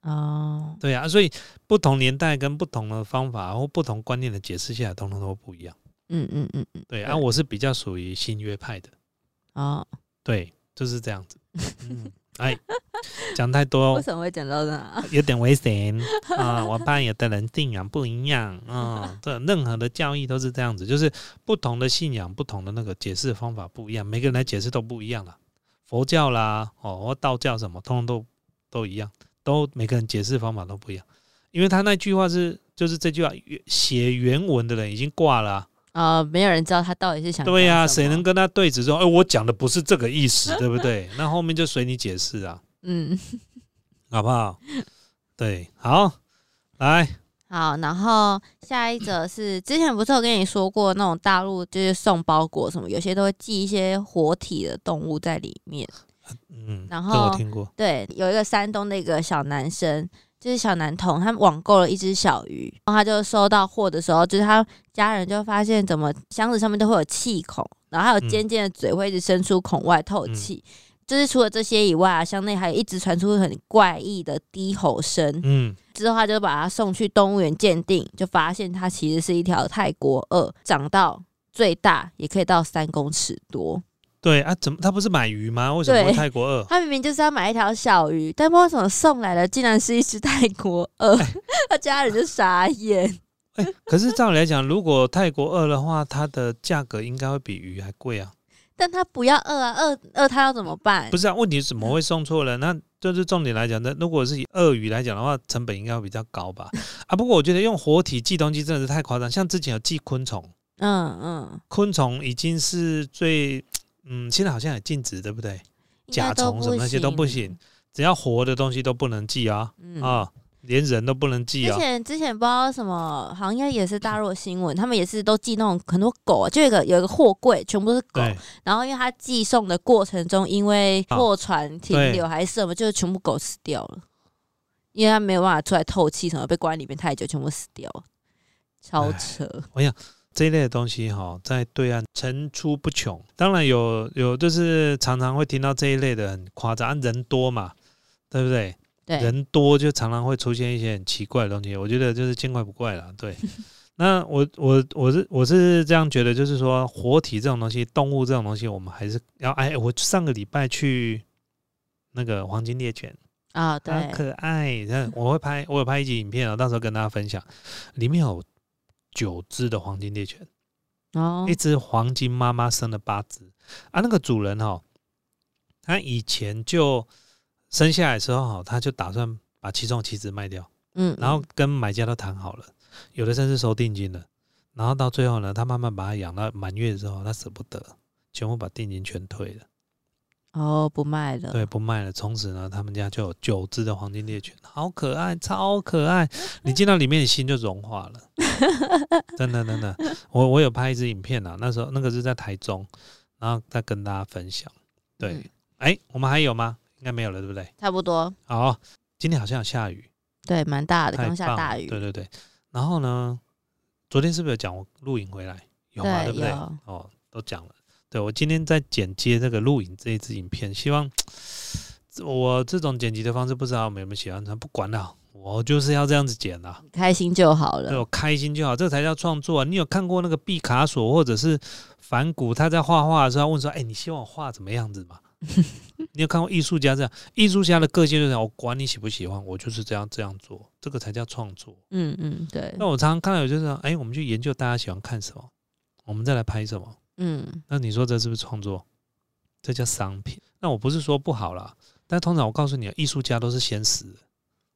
Speaker 2: 哦，
Speaker 1: 对啊，所以不同年代跟不同的方法或不同观念的解释下来，通通都不一样。
Speaker 2: 嗯嗯嗯嗯，
Speaker 1: 对
Speaker 2: 对
Speaker 1: 啊，我是比较属于新约派的，
Speaker 2: 哦，
Speaker 1: 对，就是这样
Speaker 2: (laughs)
Speaker 1: 子。嗯，哎，讲太多
Speaker 2: 为什么会讲到啊那？
Speaker 1: (laughs) 有点危险啊、我怕有的人信仰不一样
Speaker 2: (laughs)
Speaker 1: 啊，对，任何的教义都是这样子，就是不同的信仰、不同的那个解释方法不一样，每个人来解释都不一样啦。佛教啦，哦，或道教什么，通通都都一样，都每个人解释方法都不一样。因为他那句话是，就是这句话写原文的人已经挂了啊、
Speaker 2: 哦，没有人知道他到底是想
Speaker 1: 对呀、
Speaker 2: 嗯讲什
Speaker 1: 谁
Speaker 2: 么
Speaker 1: 能？跟他对质说，哎、我讲的不是这个意思， (laughs) 对不对？那后面就随你解释啊，
Speaker 2: 嗯，
Speaker 1: 好不好？对，好，来，
Speaker 2: 好，然后下一则是之前不是有跟你说过那种大陆就是送包裹什么，有些都会寄一些活体的动物在里面。
Speaker 1: 嗯，
Speaker 2: 然
Speaker 1: 这
Speaker 2: 后
Speaker 1: 我听过，
Speaker 2: 对，有一个山东的一个小男生，就是小男童，他网购了一只小鱼，然后他就收到货的时候，就是他家人就发现怎么箱子上面都会有气孔，然后还有
Speaker 1: 嗯
Speaker 2: 尖尖的嘴会一直伸出孔外透
Speaker 1: 嗯
Speaker 2: 气。就是除了这些以外啊，箱内还一直传出很怪异的低吼声。
Speaker 1: 嗯，
Speaker 2: 之后他就把它送去动物园鉴定，就发现它其实是一条泰国鳄，长到最大也可以到三公尺多。
Speaker 1: 对啊，怎么他不是买鱼吗？为什么会
Speaker 2: 对
Speaker 1: 泰国二？ (laughs)
Speaker 2: 他明明就是要买一条小鱼，但不知道为什么送来的竟然是一只泰国鳄， (laughs) 他家人就傻眼。
Speaker 1: 哎、可是照理来讲，如果泰国二的话，它的价格应该会比鱼还贵啊。
Speaker 2: 但他不要饿啊，饿饿他要怎么办
Speaker 1: 不？是啊，问题是怎么会送错了？那就是重点来讲，那如果是以鳄鱼来讲的话，成本应该会比较高吧？ (laughs) 啊，不过我觉得用活体寄东西真的是太夸张，像之前有寄昆虫，
Speaker 2: 嗯嗯，
Speaker 1: 昆虫已经是最，嗯，现在好像也禁止，对不对？
Speaker 2: 应该
Speaker 1: 甲
Speaker 2: 都
Speaker 1: 虫什么那些
Speaker 2: 行
Speaker 1: 都不行。只要活的东西都不能寄啊，
Speaker 2: 嗯
Speaker 1: 啊，连人都不能寄
Speaker 2: 之
Speaker 1: 啊。
Speaker 2: 前之前不知道什么，好像应该也是大陆的新闻，他们也是都寄那种很多狗啊，就有一个有一个货柜全部都是狗，
Speaker 1: 对，
Speaker 2: 然后因为他寄送的过程中，因为
Speaker 1: 啊
Speaker 2: 货船停留还是什么，就是全部狗死掉了，因为他没有办法出来透气什么，被关在里面太久，全部死掉了，超
Speaker 1: 唉
Speaker 2: 扯。
Speaker 1: 这一类的东西哈、在对岸层出不穷。当然有有，就是常常会听到这一类的很夸张，啊人多嘛，对不对？
Speaker 2: 对，
Speaker 1: 人多就常常会出现一些很奇怪的东西，我觉得就是见怪不怪啦。对， (laughs) 那我我我是我是这样觉得，就是说活体这种东西，动物这种东西，我们还是要哎，我上个礼拜去那个黄金猎犬，
Speaker 2: 啊，
Speaker 1: 好
Speaker 2: 对，
Speaker 1: 可爱。那我会拍，我有拍一集影片啊，到时候跟大家分享。里面有九只的黄金猎犬，
Speaker 2: 哦
Speaker 1: 一，只黄金妈妈生了八只啊。那个主人哦，他以前就生下来的时候哈、他就打算把其中的七只卖掉，
Speaker 2: 嗯，
Speaker 1: 然后跟买家都谈好了，有的甚至收定金了。然后到最后呢，他慢慢把它养到满月之后，他舍不得，全部把定金全退了。
Speaker 2: 哦不卖了，
Speaker 1: 对，不卖了。从此呢，他们家就有九只的黄金猎犬，好可爱，超可爱。你进到里面，你心就融化
Speaker 2: (laughs)
Speaker 1: 了。真的，真的，我我有拍一支影片啊，那时候那个是在台中，然后再跟大家分享。对
Speaker 2: 嗯，
Speaker 1: 哎、我们还有吗？应该没有了，对不对？
Speaker 2: 差不多，
Speaker 1: 好，今天好像有下雨，
Speaker 2: 对，蛮大的，
Speaker 1: 太
Speaker 2: 刚下
Speaker 1: 棒
Speaker 2: 大
Speaker 1: 了
Speaker 2: 雨，
Speaker 1: 对对对。然后呢，昨天是不是有讲我录影回来？有啊，对不对？
Speaker 2: 有，
Speaker 1: 哦，都讲了。对我今天在剪接这个录影这一支影片，希望我这种剪辑的方式不知道你们有没有喜欢它，不管了、我就是要这样子剪啦、
Speaker 2: 开心就好
Speaker 1: 对
Speaker 2: 了
Speaker 1: 我，开心就好，这才叫创作、啊。你有看过那个毕卡索或者是梵谷，他在画画的时候，他问说：“哎、你希望我画怎么样子嘛？”你有看过艺术家这样？艺术家的个性就是这样我管你喜不喜欢，我就是这样这样做，这个才叫创作。
Speaker 2: 嗯嗯，对，
Speaker 1: 那我常常看到有就是说，哎、我们去研究大家喜欢看什么，我们再来拍什么。
Speaker 2: 嗯
Speaker 1: 那你说这是不是创作？这叫商品。那我不是说不好啦，但通常我告诉你，艺术家都是先死的，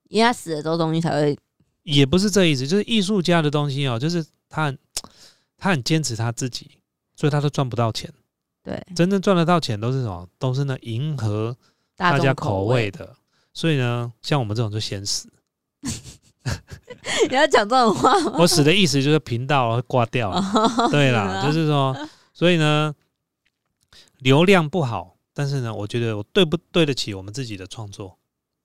Speaker 2: 因为他死了之后东西才会，
Speaker 1: 也不是这意思，就是艺术家的东西哦，就是他很他很坚持他自己，所以他都赚不到钱。
Speaker 2: 对，
Speaker 1: 真正赚得到钱都是什么？都是那迎合
Speaker 2: 大
Speaker 1: 家
Speaker 2: 众
Speaker 1: 口
Speaker 2: 味，
Speaker 1: 的。所以呢，像我们这种就先死，
Speaker 2: (laughs) 你要讲这种话吗？
Speaker 1: 我死的意思就是频道会挂掉了。
Speaker 2: (laughs)
Speaker 1: 对啦，就是说，所以呢，流量不好，但是呢，我觉得我对不对得起我们自己的创作，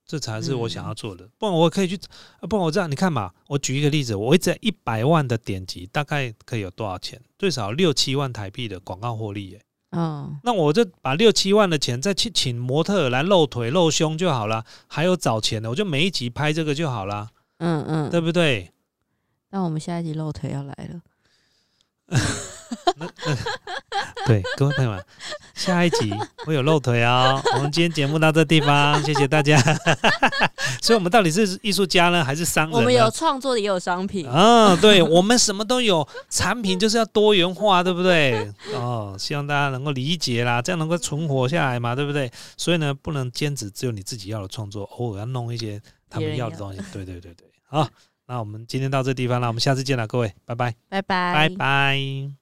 Speaker 1: 这才是我想要做的。不然我可以去，啊不然我这样，你看嘛，我举一个例子，我一直一百万的点击，大概可以有多少钱？最少六七万台币的广告获利耶。
Speaker 2: 嗯，
Speaker 1: 那我就把六七万的钱再去请模特儿来露腿露胸就好了，还有找钱的，我就每一集拍这个就好了，
Speaker 2: 嗯嗯，
Speaker 1: 对不对？
Speaker 2: 那我们下一集露腿要来了， (laughs)
Speaker 1: 对，各位朋友们，下一集我有露腿
Speaker 2: (laughs)
Speaker 1: 哦。我们今天节目到这地方，谢谢大家。所以，我们到底是艺术家呢，还是商人呢？
Speaker 2: 我们有创作的，也有商品。
Speaker 1: 啊，对，我们什么都有，产品就是要多元化，对不对？哦，希望大家能够理解啦，这样能够存活下来嘛，对不对？所以呢，不能坚持只有你自己要的创作，偶尔要弄一些他
Speaker 2: 别
Speaker 1: 们
Speaker 2: 人
Speaker 1: 要的
Speaker 2: 要
Speaker 1: 东西。对对对对，好，那我们今天到这地方了，我们下次见了，各位，拜拜，
Speaker 2: 拜拜，
Speaker 1: 拜拜